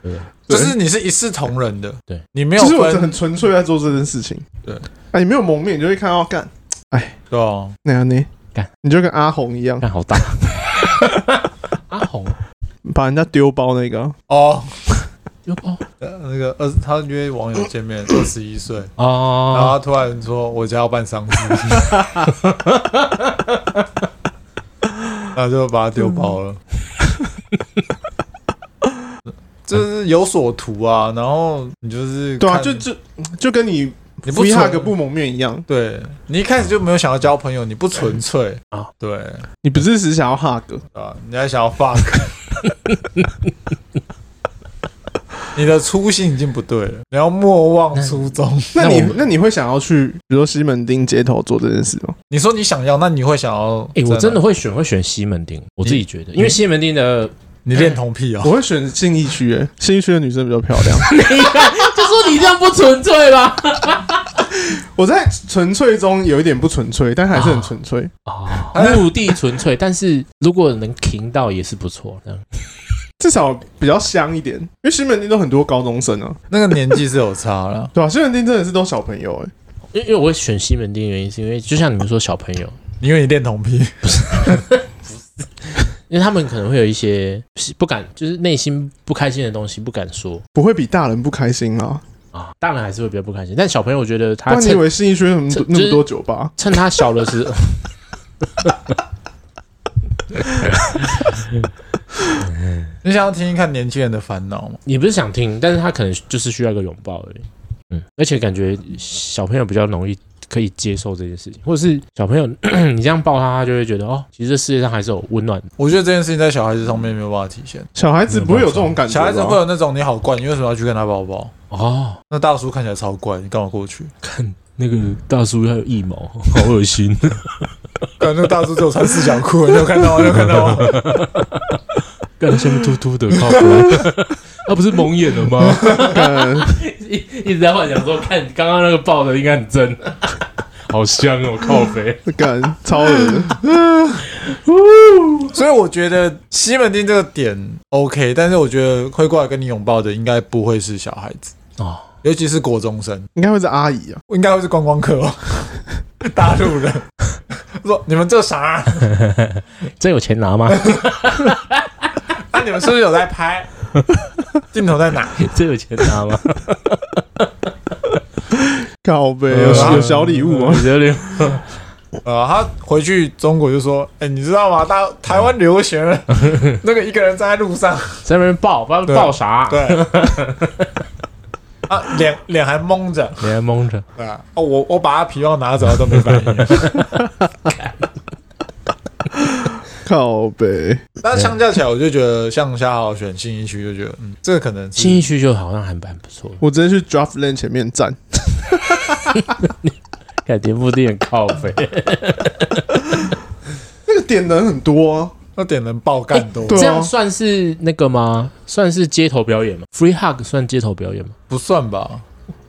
对不对就对是你是一视同仁的，对你没有其实我是分很，纯粹在做这件事情。对，啊，你没有蒙面，你就会看到干对啊，那样呢？干，你就跟阿红一样，看 好大，阿红把人家丢包那个啊，哦，有包呃那个二他约网友见 面，二十一岁，然后哦，他突然说我家要办丧事，那就把他丢包了。就是有所图啊，然后你就是对啊，看就就就跟你你不不 hug 纯不蒙面一样，对你一开始就没有想要交朋友，你不纯粹哦啊，对你不是只想要 hug，啊，你还想要 fuck，你的初心已经不对了，你要莫忘初衷。那那你我们那你会想要去，比如说西门町街头做这件事吗？你说你想要，那你会想要？哎，我真的，会选会选西门町，我自己觉得，因为西门町的，你恋童癖哦。我会选信义区，诶，信义区的女生比较漂亮。 你看，就说你这样不纯粹吧，我在纯粹中有一点不纯粹，但还是很纯粹。啊， 目的纯粹，但是如果能停到也是不错，这样至少比较香一点，因为西门町都很多高中生啊，，那个年纪是有差了 对吧、西门町真的是都小朋友哎、因为因为我会选西门町的原因是因为，就像你们说小朋友，因为你恋童癖，因为他们可能会有一些不敢，就是内心不开心的东西不敢说不会比大人不开心啦。啊，当然还是会比较不开心，但小朋友我觉得不啊他然你以趁为信义区有那么多这那就是么多酒吧？趁他小的时候。 你想要听听看年轻人的烦恼吗？你不是想听，但是他可能就是需要一个拥抱而已。嗯，而且感觉小朋友比较容易可以接受这件事情，或者是小朋友 你这样抱他，他就会觉得哦，其实这世界上还是有温暖的。我觉得这件事情在小孩子上面没有办法体现，小孩子不会有这种感觉吧，小孩子会有那种你好怪，你为什么要去跟他抱抱？哦，那大叔看起来超怪，你干嘛过去？看那个大叔他有腋毛，好恶心。干那个大叔只有穿四角裤，你有看到吗？你有看到吗？ 干下面秃秃的，靠 他不是蒙眼了吗？呃一 一直在幻想说，看刚刚那个抱的应该很真， 好香哦，靠肥。感超人。所以我觉得西门町这个点 OK，但是我觉得会过来跟你拥抱的应该不会是小孩子哦尤其是国中生，应该会是阿姨啊，应该会是观光客哦， 大陆人。 说你们这啥、啊？ 这有钱拿 吗？那、啊你们是不是有在拍？ 镜头在哪？这有钱拿吗？靠背有呃有小礼物啊，你这里呃，他回去中国就说：“哎、你知道吗？大台湾留学 了，那个一个人站在路上，在那边抱，不知道对抱啥？对， 啊，脸脸还蒙着，你还蒙着。对啊，哦、我我把他皮包拿走，他都没反应。 靠背但相较起来，我就觉得像夏豪选信义区，就觉得嗯，这个可能是新一区就好像还蛮不错，我直接去 Draft Lane 前面站，看田馥甄很靠北。那个点人很多啊，那点人爆干多，对这啊样算是那个吗？算是街头表演吗？Free hug 算街头表演吗？不算吧？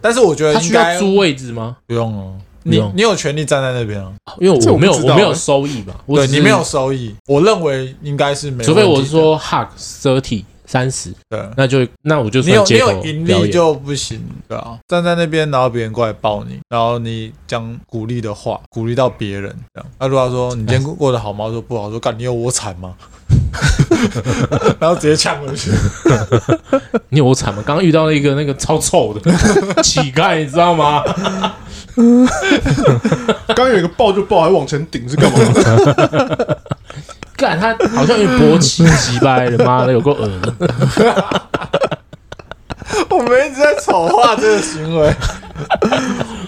但是我觉他得应需该要租位置吗？不用哦，不你用你有权利站在那边啊，啊因为这我我不没有，知道我没有欸收益嘛。我对只你是没有，收益，我认为应该是没问题的，除非我是说 hug thirty 三十，对。”那就那我就你有算你街有头盈表利演。就不行，对啊，站在那边，然后别人过来抱你，然后你讲鼓励的话，鼓励到别人这样。那如果他说你今天过得好吗？我说不好，说干你有我惨吗？ 然后直接呛回 去，你有我惨吗？刚刚遇到了一个那个超臭的乞丐，你知道吗？ 刚有一个抱就抱，还往前顶是干嘛？干他好像有点勃起急掰了，妈的有够恶的。 我们一直在丑化啊这个行为，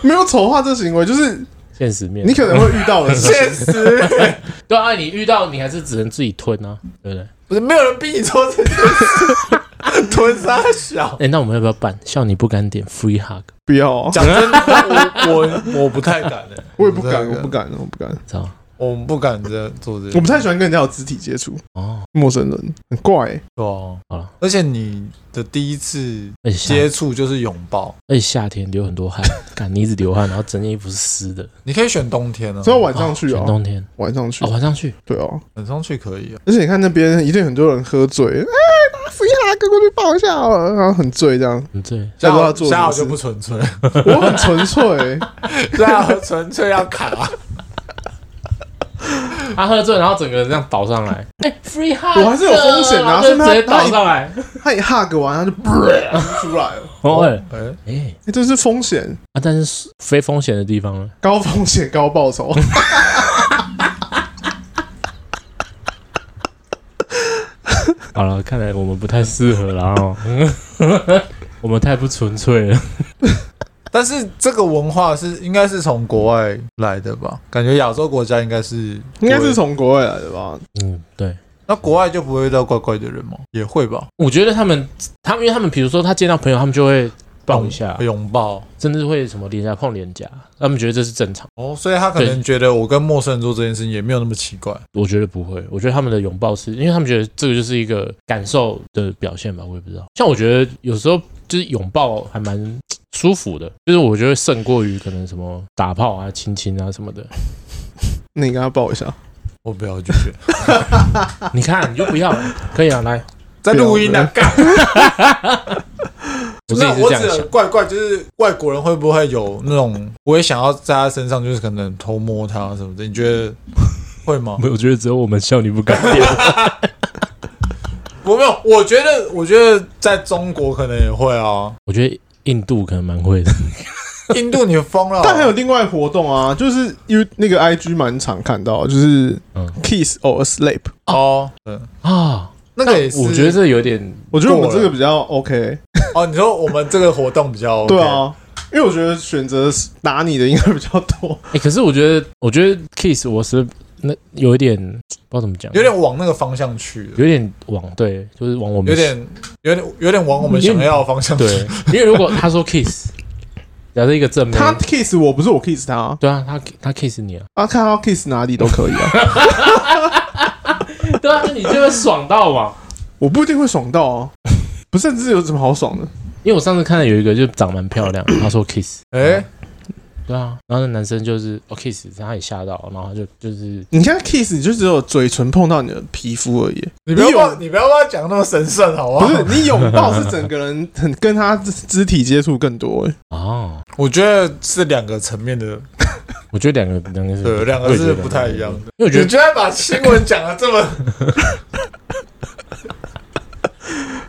没有丑化这行为，就是现实面，你可能会遇到的 事情。现实对啊，你遇到你还是只能自己吞啊，对不对？不是没有人逼你做这件事， 吞沙小。哎、那我们要不要办笑你不敢点 free hug？不要啊，讲真的，我我我不太敢的、欸 我也不敢，太我不敢，我不敢。知道吗？我们不敢这做这些，我不太喜欢跟人家有肢体接触，哦，陌生人很怪、欸。对啊好了，而且你的第一次而且夏接触就是拥抱，而且夏天流很多汗，干你一直流汗，然后整件衣服是湿的。你可以选冬天啊，所以 晚上去全哦、冬天晚上去哦，，晚上去对哦、晚上去可以啊。而且你看那边一定很多人喝醉，哎、拿福一哈哥过去抱一下好了，然后很醉这样。嗯，对，下夏午要做什么事夏午就不 纯粹，我很纯粹、欸，夏午纯粹要卡。啊 他喝醉，然后整个人这样倒上来，哎、f r e e hug，我还是有风险的啊然后就所以直他接倒上来。他一哈个完他就 出来了，哦，哎、哎、哎欸、这是风险，啊，但是非风险的地方呢？高风险高报酬。好了，看来我们不太适合了 哦，我们太不纯粹了。但是这个文化是应该是从国外来的吧？感觉亚洲国家应该是应该是从国外来的吧？嗯，对，那国外就不会遇到怪怪的人吗？也会吧，我觉得他们，他们因为他们，比如说他见到朋友，他们就会抱一下，拥抱甚至会什么脸颊碰脸颊，他们觉得这是正常。哦，所以他可能觉得我跟陌生人做这件事情也没有那么奇怪。我觉得不会，我觉得他们的拥抱是因为他们觉得这个就是一个感受的表现吧，我也不知道。像我觉得有时候就是拥抱还蛮舒服的，就是我觉得胜过于可能什么打炮啊、亲亲啊什么 的。那你跟他抱一下，我不要拒 绝，你看，你就不要，可以啊，来，在录音呢、啊，干。我自己那是我这样只想能。怪怪，就是外国人会不会有那种，我也想要在他身上，就是可能偷摸他什么的？你觉得会 吗？没有，我觉得只有我们笑你不敢变。 我没有，我觉得，我觉得在中国可能也会啊。 我觉得印度可能蛮会的，印度你疯了哦、但还有另外活动啊，就是因为那个 IG 蛮常看到，就是嗯 kiss or sleep。哦，对，啊，那个也是。我觉得这有点我觉得我们这个比较 OK，哦，你说我们这个活动比 较、对，啊，因为我觉得选择打你的应该比较多。哎、可是我觉得，我觉得 kiss 我是那有一点不知道怎么讲，有点往那个方向去嗯了，有点往对，就是往我们有点有点有点往我们有点想要的方向去。对，因为如果他说 kiss，假设一个正面，他 kiss 我不是我 kiss 他啊，对啊，他他 kiss 你啊，啊看他 kiss 哪里都可以啊，对啊，你就会爽到嘛。我不一定会爽到啊，不甚至有什么好爽的。因为我上次看到有一个就长蛮漂亮，他说 kiss，嗯哎、对啊，然后那男生就是哦 kiss，他也吓到，然后他就就是你看 kiss，你就只有嘴唇碰到你的皮肤而已，你不要你有把你不要把它讲那么神圣，好不好？不是你拥抱是整个人很跟他肢体接触更多、欸。哦，我觉得是两个层面的，我觉得两个两个是对，两我个也觉是得不太一样的。因为我觉你 得居然把新闻讲的这么，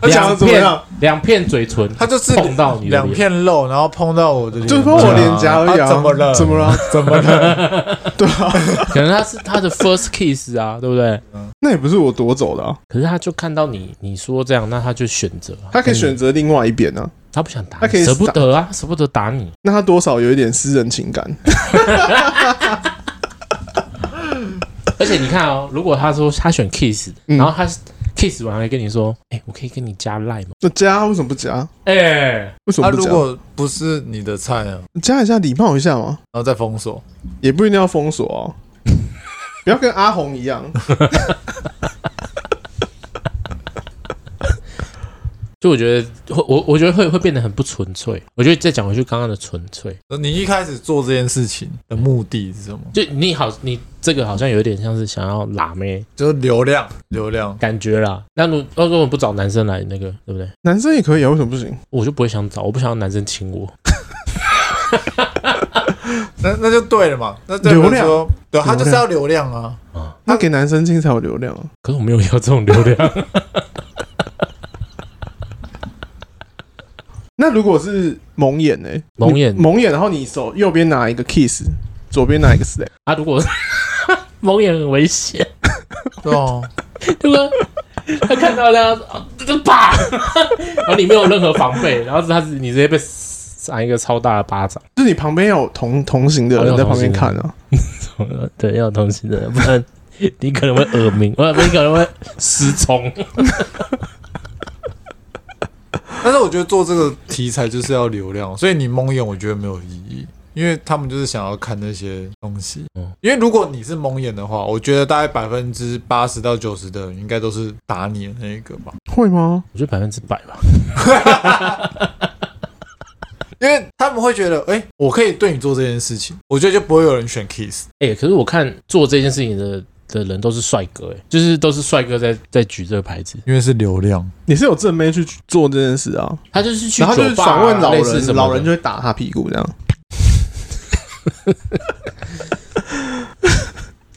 他讲的两怎么片样？两片嘴唇它就是碰到你的两脸片肉，然后碰到我的脸，就是碰我脸颊而已啊啊怎么了？怎么了？怎么了？对啊，可能他是他的 first kiss 啊，对不对？那也不是我夺走的啊，可是他就看到你你说这样，那他就选择啊，他可以选择另外一边啊。他不想打他可你，以舍不得啊，舍不得打你。那他多少有一点私人情感，而且你看哦，如果他说他选 kiss，嗯然后他 kiss 完还跟你说，哎、我可以跟你加哦 line 吗？那加为什么不加？哎、为什他么不啊如加？果不是你的菜呢？加一下礼貌一下嘛，然后再封锁，也不一定要封锁 哦。不要跟阿红一样，就我觉得会，我我觉得会会变得很不纯粹。我觉得再讲回去刚刚的纯粹，你一开始做这件事情的目的是什么？就你好，你这个好像有点像是想要拉妹就是流量，流量。感觉啦。那如那如果不找男生来那个，对不对？男生也可以啊，为什么不行？我就不会想找，我不想要男生亲我。那那就对了嘛，那代表流量说，对，他就是流量要流量啊。那给男生亲才有流量啊。可是我没有要这种流量， 那如果是蒙眼呢、蒙眼你蒙眼，然后你手右边拿一个 kiss，左边拿一个 slap，啊，如果 蒙眼很危险。对啊，对吧？他看到他，啊这啪， 然后你没有任何防备，然后他是你直接被扇一个超大的巴掌。就是你旁边要有同同行的人在旁边看啊。对，要有同情的，不然你可能会耳 鸣，不然你可能会失聪。但是我觉得做这个题材就是要流量，所以你蒙眼，我觉得没有意义。因为他们就是想要看那些东西。嗯因为如果你是蒙眼的话，我觉得大概百分之八十到九十的人应该都是打你的那一个吧， 会吗？我觉得百分之百吧。因为他们会觉得，哎、我可以对你做这件事情，我觉得就不会有人选 kiss。哎、可是我看做这件事情的的人都是帅哥、哎，就是都是帅哥在在举这个牌子，因为是流量，你是有正妹去做这件事啊，他就是去然后酒就是吧、访问老类似人，什么的老人就会打他屁股这样。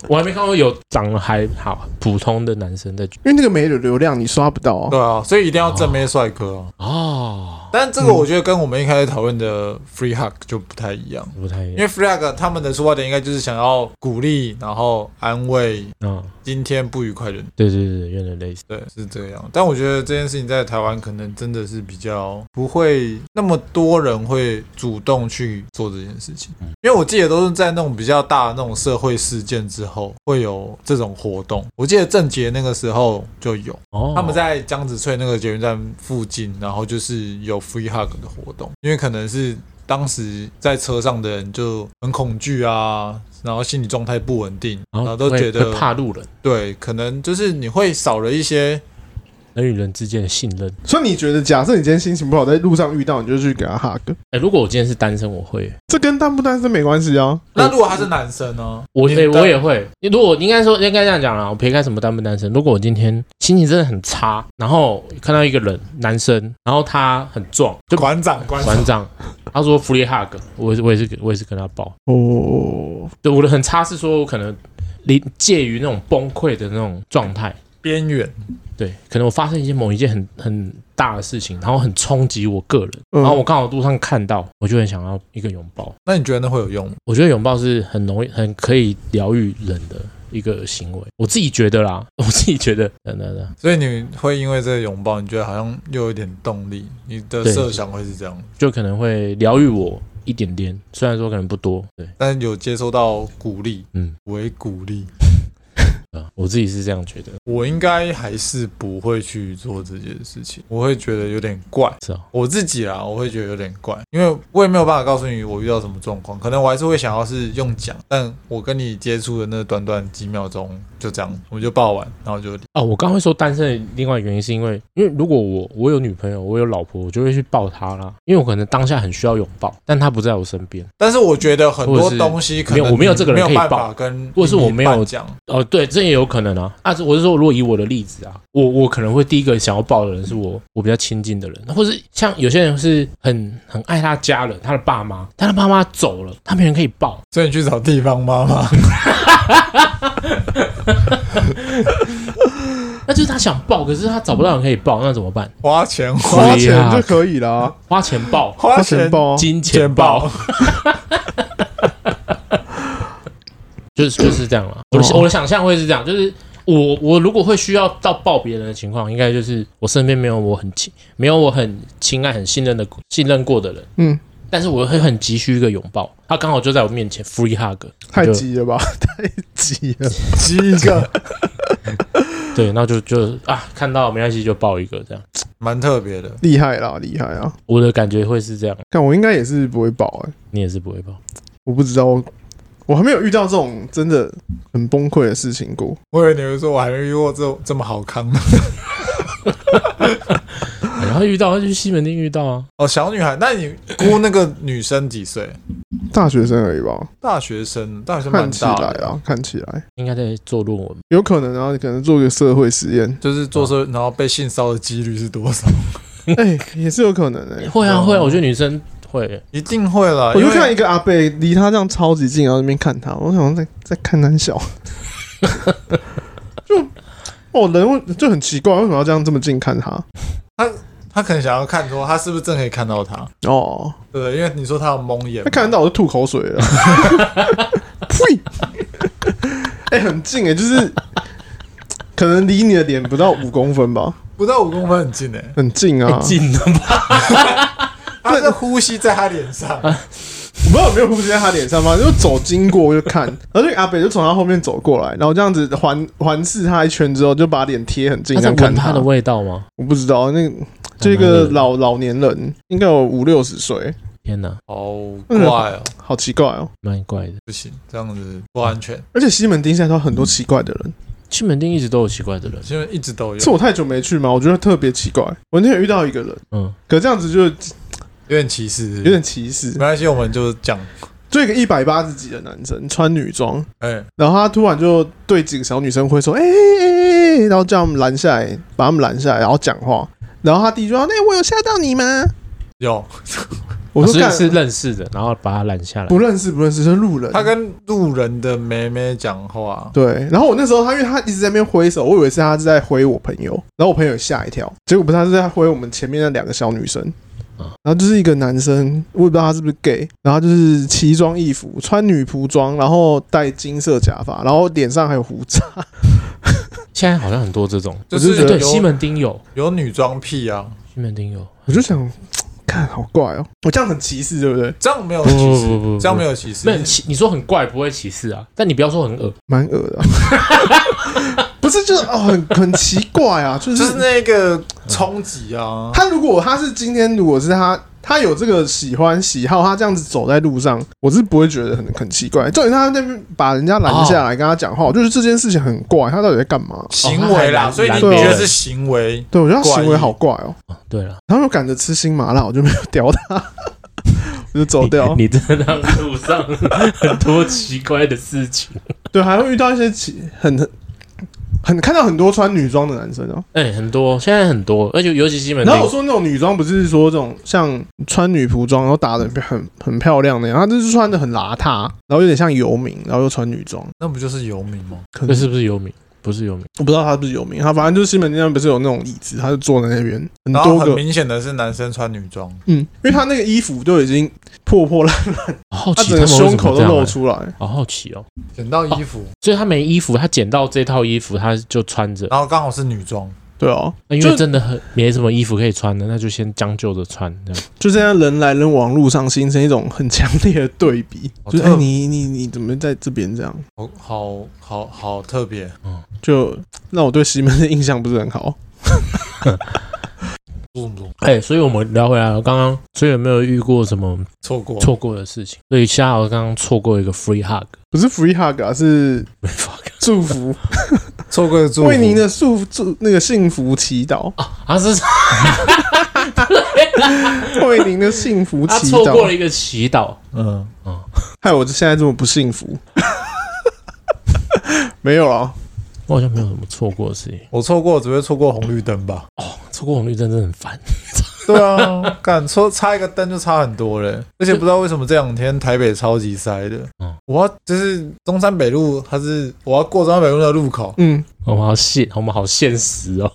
我还没看过有长得还好普通的男生在举因为那个没有流量，你刷不到啊。对啊，所以一定要正妹帅哥啊。哦，但这个我觉得跟我们一开始讨论的 free hug 就不太一样。不太一样。因为 flag 他们的出发点应该就是想要鼓励，然后安慰嗯，今天不愉快的人，对对对，对有点类似。对，是这样。但我觉得这件事情在台湾可能真的是比较不会那么多人会主动去做这件事情，因为我记得都是在那种比较大的那种社会事件之后会有这种活动。我记得郑杰那个时候就有，哦，他们在江子翠那个捷运站附近，然后就是有 free hug 的活动，因为可能是当时在车上的人就很恐惧啊，然后心理状态不稳定，然然后后都会觉会得怕路人，对，可能就是你会少了一些，人与人之间的信任。所以你觉得，假设你今天心情不好，在路上遇到，你就去给他 hug，哎、如果我今天是单身，我会，这跟单不单身没关系啊。那如果他是男生呢？我你哎、的我也会。如果应该说应该这样讲啦，我撇开什么单不单身，如果我今天心情真的很差，然后看到一个人男生，然后他很壮，就馆长，馆馆长，他说 free hug，我我也是我也是跟他抱。哦，对，我的很差是说我可能临介于那种崩溃的那种状态，边缘，对，可能我发生一件某一件很很大的事情，然后很冲击我个人，嗯啊然后我刚好路上看到，我就很想要一个拥抱。那你觉得那会有用吗？我觉得拥抱是很容易、很可以疗愈人的一个行为，我自己觉得啦，我自己觉得，等等等，所以你会因为这个拥抱，你觉得好像又有一点动力，你的对设想会是这样，就可能会疗愈我一点点，虽然说可能不多，对，但有接收到鼓励，嗯，为鼓励。啊，我自己是这样觉得，我应该还是不会去做这件事情，我会觉得有点怪。是啊，我自己啦，我会觉得有点怪，因为我也没有办法告诉你我遇到什么状况，可能我还是会想要是用讲，但我跟你接触的那短短几秒钟就这样，我们就抱完，然后就哦，我刚会说单身的另外一个原因是因为，因为如果我我有女朋友，我有老婆，我就会去抱她啦，因为我可能当下很需要拥抱，但她不在我身边。但是我觉得很或多者是东西可没有能我没有这个人你没有办可以法跟，或者是我没有讲，哦，对，这也有可能啊。啊，这我是说，如果以我的例子啊，我我可能会第一个想要抱的人是我我比较亲近的人，或是像有些人是很很爱他家人，他的爸妈，但他爸妈走了，他没人可以抱，所以你去找地 方妈妈。那就是他想抱，可是他找不到人可以抱，那怎么办？花钱花花 Free 钱 hug 就可以啦，花钱抱，花花钱钱包啊。金钱抱，，就是就是这样了。我的哦我的想象会是这样，就是我我如果会需要到抱别人的情况，应该就是我身边没有我很亲，没有我很亲爱、很信任的信任过的人，嗯，但是我会很急需一个拥抱，他刚好就在我面前 free hug，太就急了吧， 太急了。鸡一个，对，那就就啊，看到没关系就抱一个这样，蛮特别的。厉害啦，厉害啊！我的感觉会是这样，但我应该也是不会保哎、你也是不会抱，我不知道，我还没有遇到这种真的很崩溃的事情过。我以为你会说我还没遇过这这么好康的然后遇到就去西门町遇到啊，哦，小女孩。那你估那个女生几岁？大学生而已吧，大学生，大学生蛮看起来大的，，啊，看起来应该在做论文，有可能啊，可能做个社会实验 就是做嗯事然后被性骚扰的几率是 多少？哎、也是有可能哎、会啊哦会啊，我觉得女生会、一定会啦，我就啊因为看一个阿贝离他这样超级近，然后在那边看他，我想说在在看男小，就哦人会就很奇怪，为什么要这样这么近看他？他可能想要看说他是不是真的可以看到他，哦，对不对？因为你说他有蒙眼他，嘛看得到我就吐口水了， 呸！哎、很近哎、就是可能离你的脸不到五公分吧，不到五公分很近诶、很近啊，近的吧，他是呼吸在他脸 上，我不知道有没有呼吸在他脸上吗？就走经过就看，然后那个阿北就从他后面走过来，然后这样子环环视他一圈之后，就把脸贴很近，他这在样看闻他的味道吗？我不知道，那个这个老老年人应该有五六十岁，天哪，好怪哦，好奇怪哦！蛮怪的。不行，这样子不安全，而且西门町现在都有很嗯多奇怪的人，西门町一直都有奇怪的人，因为一直啊都有是，我太久没去吗？我觉得特别奇怪。我那天有遇到一个人，嗯，可这样子就有点歧视，有点歧视没。关系，我们就讲，就一个一百八十几的男生穿女装，哎，然后他突然就对几个小女生挥手，哎、欸欸欸，然后叫他们拦下来，把他们拦下来，然后讲话。然后他弟就说：“那、哎我有吓到你吗有，？”我说：“啊所以干、是认识的，然后把他拦下来。不认识，不认识，是路人。”他跟路人的妹妹讲话，对，然后我那时候他因为他一直在那边挥手，我以为是他是在挥我朋友，然后我朋友也吓一跳，结果不是，他是在挥我们前面那两个小女生啊。然后就是一个男生，我也不知道他是不是 gay，然后他就是奇装异服，穿女仆装，然后戴金色假发，然后脸上还有胡渣，现在好像很多这种，就我是就觉对得西有门町有，有女装癖啊，西门町有，我就想，看好怪哦，我这样很歧视，对不对？这样没有不歧不不视，不，这样没有。有歧视没，有歧，你说很怪不会歧视啊，但你不要说很恶，蛮恶的啊、不是就是哦，很很奇怪啊，就就是是那个冲击啊，他如果他是今天如果是他他有这个喜欢喜好，他这样子走在路上，我是不会觉得很很奇怪。重点是他那边把人家拦下来跟他讲话，我就是这件事情很怪，他到底在干嘛？行为哦他还啦，拦所以你拦觉别得人是行为，对我觉得他行为好怪哦、哦对了，然后又赶着吃新麻辣，我就没有屌他， 我就走掉你。 你真的让路上很多奇怪的事情。对，还会遇到一些奇很很很看到很多穿女装的男生哦、哎、很多，现在很多，而且尤其西门町然后我说那种女装不是说这种像穿女仆装，然后打的很很漂亮那样，她就是穿的很邋遢，然后有点像游民，然后又穿女装，那不就是游民吗？可这能是不是游民？不是游民，我不知道他是不是有名，他反正就是西门町那边不是有那种椅子，他就坐在那边很然后多很个，明显的是男生穿女装，嗯，因为他那个衣服都已经破破烂，我好他奇整个哦他们为什胸么口这都样露欸，出来，好好奇哦。捡到衣服，所以他没衣服，他捡到这套衣服，他就穿着。然后刚好是女装，对啊，那因就为真的很没什么衣服可以穿的，那就先将就着穿这样。就这样人来人往，路上形成一种很强烈的对比，哦好就是特哎、你你你怎么在这边这样，好好好好特别，就让我对西门的印象不是很好。不不哎、所以我们聊回来了，刚刚所以有没有遇过什么错过错过的事情？所以夏豪刚刚错过一个 free hug， 不是 free hug 啊，是没 fuck 祝福，错过的祝福为您的祝祝那个幸福祈祷，啊，他是为您的幸福他祈错过祷了，一个祈祷，嗯，害我现在这么不幸福。 没有了，我好像没有什么错过的事情。我错过只会错过红绿 灯吧？错过红绿灯真的很烦，对啊，敢错差一个灯就差很多嘞，而且不知道为什么这两天台北超级塞的，嗯我要就是中山北路，它是我要过中山北路的路口，嗯，我们好现，我们好现实哦。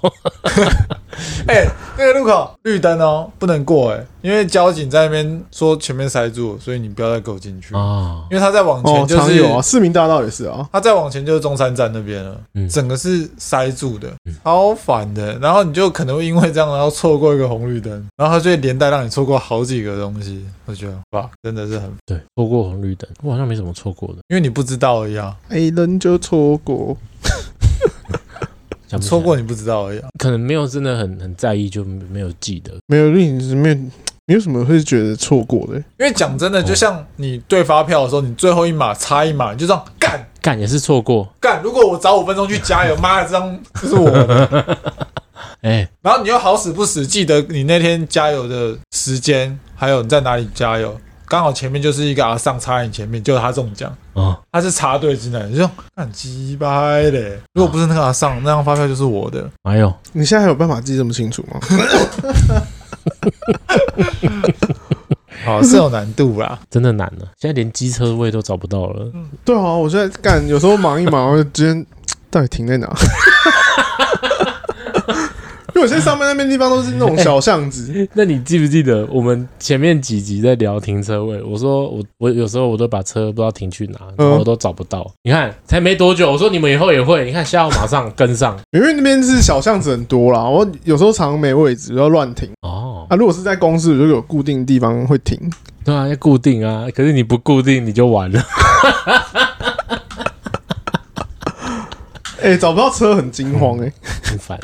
哎、那个路口绿灯哦，不能过哎、因为交警在那边说前面塞住了，所以你不要再给我进去，啊，因为他再往哦，前就常是、有啊，市民大道也是啊。他再往前就是中山站那边了，嗯整个是塞住的，嗯超烦的。然后你就可能会因为这样，然后错过一个红绿灯，然后他就会连带让你错过好几个东西。我觉得哇，真的是很， 对，错过红绿灯，我好像没什么错过的，因为你不知道啊一样，哎，人就错过，嗯想不起来错过你不知道一啊样。可能没有真的很很在意，就没有记得。没有令你没有没有什么会觉得错过的。因为讲真的，哦就像你对发票的时候，你最后一码差一码，你就这样干干也是错过，干。如果我早五分钟去 加油，妈的，这张就是我的。 哎、然后你又好死不死记得你那天加油的时间，还有你在哪里加油，刚好前面就是一个阿尚插在你前面，就他中奖。啊，他是插队进来，你就说干鸡掰嘞！ 如果不是那个阿尚，那张发票就是我的。还有你现在还有办法记这么清楚吗？好，是有难度啊啦。真的难了，现在连机车位都找不到了。 对啊，我现在干，有时候忙一忙，我就今天到底停在哪？ 因为我现在上班那边地方都是那种小巷子， 那你记不记得我们前面几集在聊停车位？我说我我有时候我都把车不知道停去哪，嗯然后我都找不到。你看才没多久，我说你们以后也会，你看下午马上跟上因为那边是小巷子很多啦。我有时候常没位置，要乱停哦。啊。如果是在公司，我就有固定地方会停。对啊，要固定啊，可是你不固定你就完了。 哎、找不到车很惊慌哎、很烦。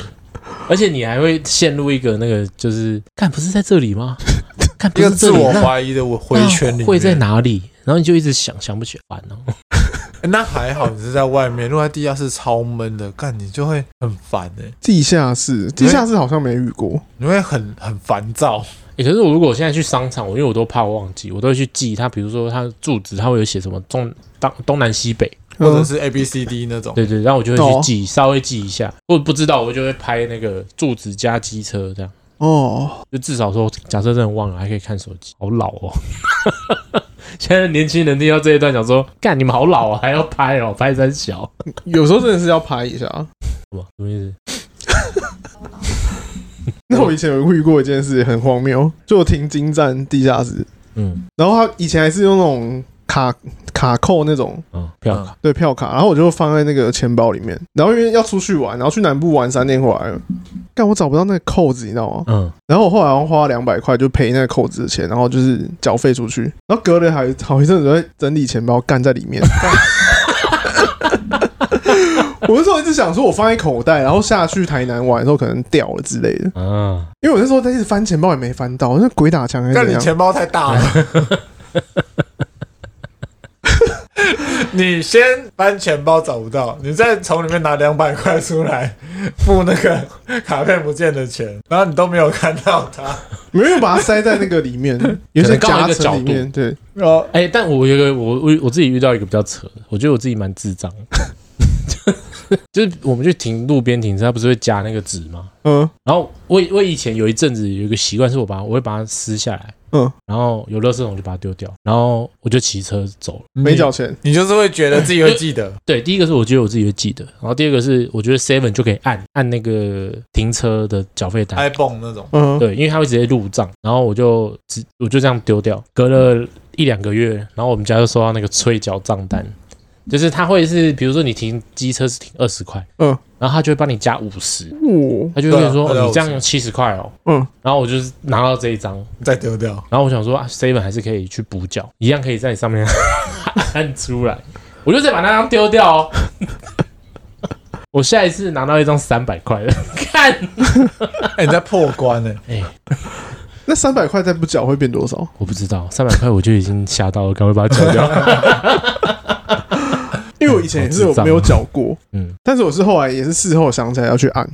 而且你还会陷入一个那个，就是看不是在这里吗？看一不个是这自里我那怀疑的我回圈里面，哦会在哪里？然后你就一直想想不起来，哦然后欸那还好，你是在外面。如果在地下室超闷的，干你就会很烦哎、地下室，地下室好像没遇过。你会很很烦躁。欸可是我如果我现在去商场，我因为我都怕我忘记，我都会去记它，比如说它住址，它会有写什么中当东南西北，哎或者是 A B C D 那种，对对，然后我就会哦去记，稍微记一下。或者不知道，我就会拍那个住址加机车这嗯样。哦，就至少说，假设真的忘了，还可以看手机，好老哦。 现在年轻人听到这一段，想说：“干，你们好老啊，还要拍哦，拍三小，有时候真的是要拍一下。什么什么意思？ 那我以前有遇过一件事，很荒谬，就我停金站地下室，嗯然后他以前还是用那种卡卡扣那种嗯，票卡对票卡，然后我就放在那个钱包里面，然后因为要出去玩，然后去南部玩三天回来了，但我找不到那个扣子，你知道吗？嗯，然后我后来好像花两百块就赔那个扣子的钱，然后就是缴费出去，然后隔了还好一阵子在整理钱包，干在里面。 我那时候一直想说，我放在口袋，然后下去台南玩的时候可能掉了之类的，啊，因为我那时候在一直翻钱包也没翻到，那鬼打墙还是但怎你样？钱包太大了。你先翻钱包找不到，你再从里面拿两百块出来付那个卡片不见的钱，然后你都没有看到它。没有把它塞在那个里 面，有些夹层里面，对，然哦后哎、但我有一个我我我自己遇到一个比较扯的，我觉得我自己蛮智障的， 就是我们去停路边停车，它不是会加那个纸吗？嗯然后我我以前有一阵子有一个习惯，是我把我会把它撕下来，嗯，然后有垃圾桶就把它丢掉，然后我就骑车走了。没缴钱，嗯你，你就是会觉得自己会 记得，对，第一个是我觉得我自己会记得，然后第二个是我觉得 Seven 就可以按按那个停车的缴费单， iPhone 那种，嗯，对，因为它会直接入账，然后我就直我就这样丢掉，隔了一两个月，然后我们家就收到那个催缴账单，就是它会是比如说你停机车是停二十块，嗯，然后他就会帮你加五十，哇，他就会跟你说、对啊对啊哦你这样七十块哦，嗯，然后我就是拿到这一张，再丢 掉。然后我想说啊，seven 还是可以去补缴，一样可以在上面 按出来，我就再把那张丢掉哦。我下一次拿到一张三百块的， 看哎、你在破关呢、那三百块再不缴会变多少？我不知道三百块我就已经吓到了，赶快把它缴掉。因为我以前也是有没有缴过，啊嗯，但是我是后来也是事后想起来要去按，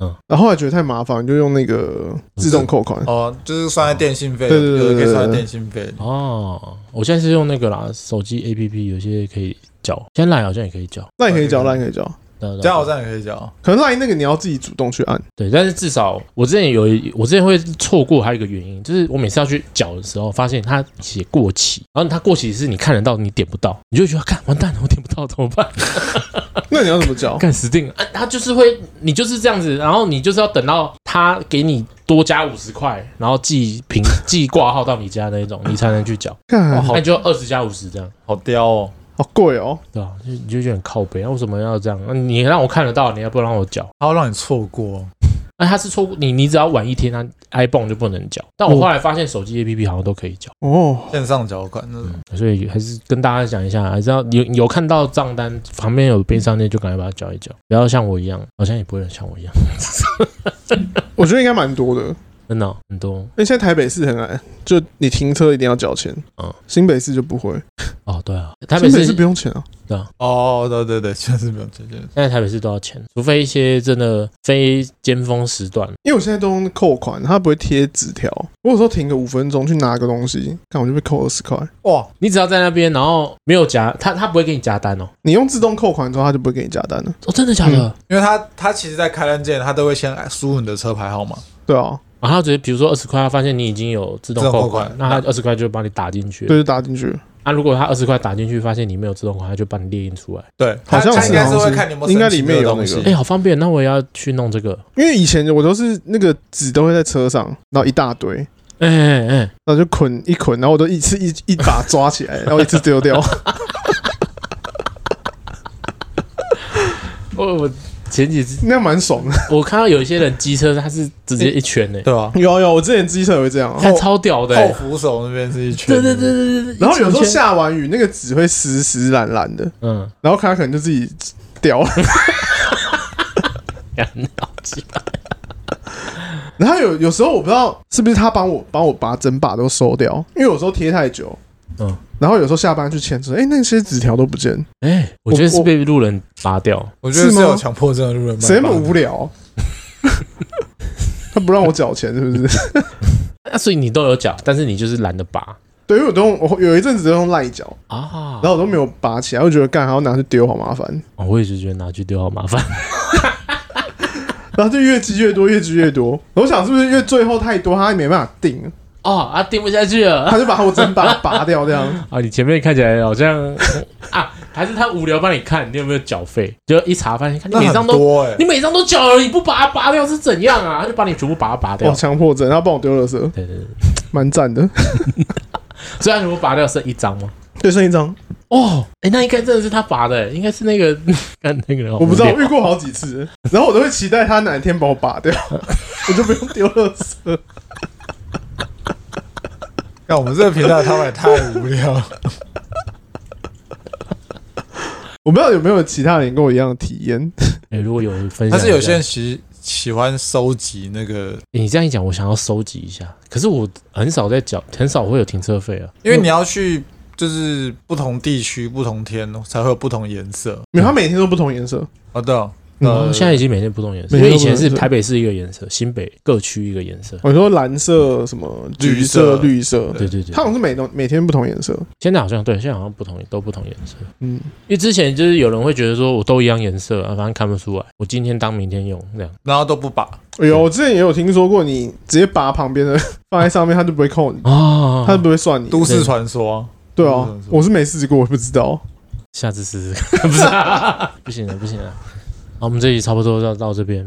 嗯然后后来觉得太麻烦，就用那个自动扣款，哦，就是算在电信费，对对对有的可以对算在对电信费。哦，我现在是用那个啦，手机 APP 有些可以缴，现在 Line 好像也可以缴，那也可以缴，那也可以缴，加油在站也可以交，可能 line 那个你要自己主动去按，啊对，但是至少我之前有一，我之前会错过，还有一个原因就是我每次要去缴的时候，发现它写过期，然后它过期是你看得到，你点不到，你就会觉得看完蛋了，我点不到怎么办？那你要怎么 缴？干死定了！啊，他就是会，你就是这样子，然后你就是要等到他给你多加五十块，然后寄凭寄挂号到你家那一种，你才能去缴。看，那你就二十加五十这样，好刁哦。好贵哦，对吧、就你就觉得很靠背，那为什么要这样？那你让我看得到，你要不让我缴？他要让你错过，哦那他是错过你，你只要晚一天，他 iPhone 就不能缴。但我后来发现手机 APP 好像都可以缴，嗯哦，线上缴款那种。所以还是跟大家讲一下，还是要有有看到账单旁边有便商店就赶快把它缴一缴，不要像我一样，好像也不会像我一样，我觉得应该蛮多的，真的哦、很多因为现在台北市很矮，就你停车一定要缴钱，嗯新北市就不会，哦，对啊，台北新北市市不用钱啊，哦，对对对，确实没有这件事。现在台北市都要钱，除非一些真的非尖峰时段。因为我现在都用扣款，它不会贴纸条，我有时候停个五分钟去拿个东西，看我就被扣二十块。哇，你只要在那边，然后没有夹，他他不会给你夹单哦。你用自动扣款之后，它就不会给你加单了。哦，真的假的？因为他他其实，在开单键，他都会先输你的车牌号码，对啊，然后他直接比如说二十块，他发现你已经有自动自动扣扣款款，那他二十块就帮你打进去。对，就打进去了。那、如果他二十块打进去，发现你没有自动扣，他就帮你列印出来。对，好像他他是应该是好像会是看你有没有应该申请里面有这个东那个西哎、。好方便，那我也要去弄这个。因为以前我都是那个纸都会在车上，然后一大堆，哎哎哎，然后就捆一捆，然后我都一次一一把抓起 来，然后一次丢掉。我哦我前几次 那样蛮爽的。我看到有一些人机车，他是直接一圈呢、对吧？有啊有啊，我之前机车也会这样啊。看超屌的、后欸。扶手那边是一圈，对对对，对对对。然后有时候一圈，下完雨，那个纸会湿湿蓝蓝的，嗯，然后它可能就自己掉了。嗯 很好奇。 然后有有时候我不知道是不是他帮我帮我把整把都收掉，因为有时候贴太久，嗯，然后有时候下班去签字，哎、那些纸条都不见，哎、我觉得是被路人拔掉，我觉得是是吗有强迫症的路人买谁那么吧无 聊？他不让我缴钱是不是？啊、所以你都有缴，但是你就是懒得拔对，因为我都用我有一阵子都用赖缴，啊然。后我都没有拔起来，我觉得干还要拿去丢，好麻烦。哦我也是觉得拿去丢好麻烦。然后就越积越多，越积越多。我想是不是因为最后太多，他也没办法定，哦啊，定不下去了他就把我整把它拔掉这样。啊！你前面看起来好像 啊，还是他无聊帮你看你有没有缴费，就一查发现，看你那每张很都多哎、你每张都缴了，你不把它拔掉是怎样啊？他就把你全部把它拔哇，掉。哦强迫症，然后帮我丢垃圾，对对对， 蛮赞的。所以他全部拔掉剩一张吗？对，剩一张，哦，哎、那应该真的是他拔的、应该是那个 看那个人好无聊，我不知道，我遇过好几次，然后我都会期待他哪一天把我拔掉， 我就不用丢垃圾。那我们这个频道他们也太无聊了。 我不知道有没有其他人跟我一样的体验，哎、如果有分享一下，但是有些人喜喜欢收集那个，欸你这样一讲，我想要收集一下。可是我很少在缴，很少会有停车费啊。因为你要去就是不同地区、不同天才会有不同颜色。因为他每天都不同颜色。哦，对哦，哦呃，现在已经每天不同颜色，每因天都为以不同前颜色是台北市一个颜色，新北各区一个颜色。我哦说蓝色、什么橘色、绿绿色，对对对，他好像是每种每天不同颜色。现在好像对，现在好像不同都不同颜色。嗯，因为之前就是有人会觉得说我都一样颜色，啊，反正看不出来，我今天当明天用这样。然后都不拔，哎呦，我之前也有听说过，你直接拔旁边的 放在上面，他就不会扣你，哦，他就不会算你。都市传说啊。对啊，我是没试过，我不知道。下次试试看，不 是、啊，不行了，不行了。好，我们这集差不多到到这边，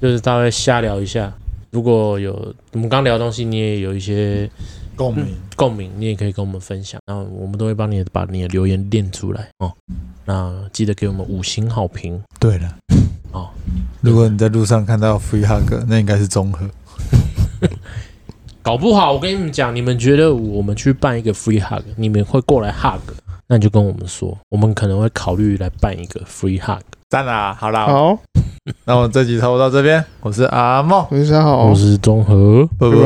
就是大概瞎聊一下。如果有我们刚聊的东西，你也有一些共鸣。共鸣，你也可以跟我们分享，然后我们都会帮你把你的留言练出来哦。那记得给我们五星好评，对了，哦，如果你在路上看到 free hug，那应该是综合。搞不好我跟你们讲，你们觉得我们去办一个 free hug，你们会过来 hug，那你就跟我们说，我们可能会考虑来办一个 free hug。赞啦，好啦，好，那我们这集差不多到哦这边，我是阿茂，大家好我，是综合。拜拜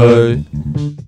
拜。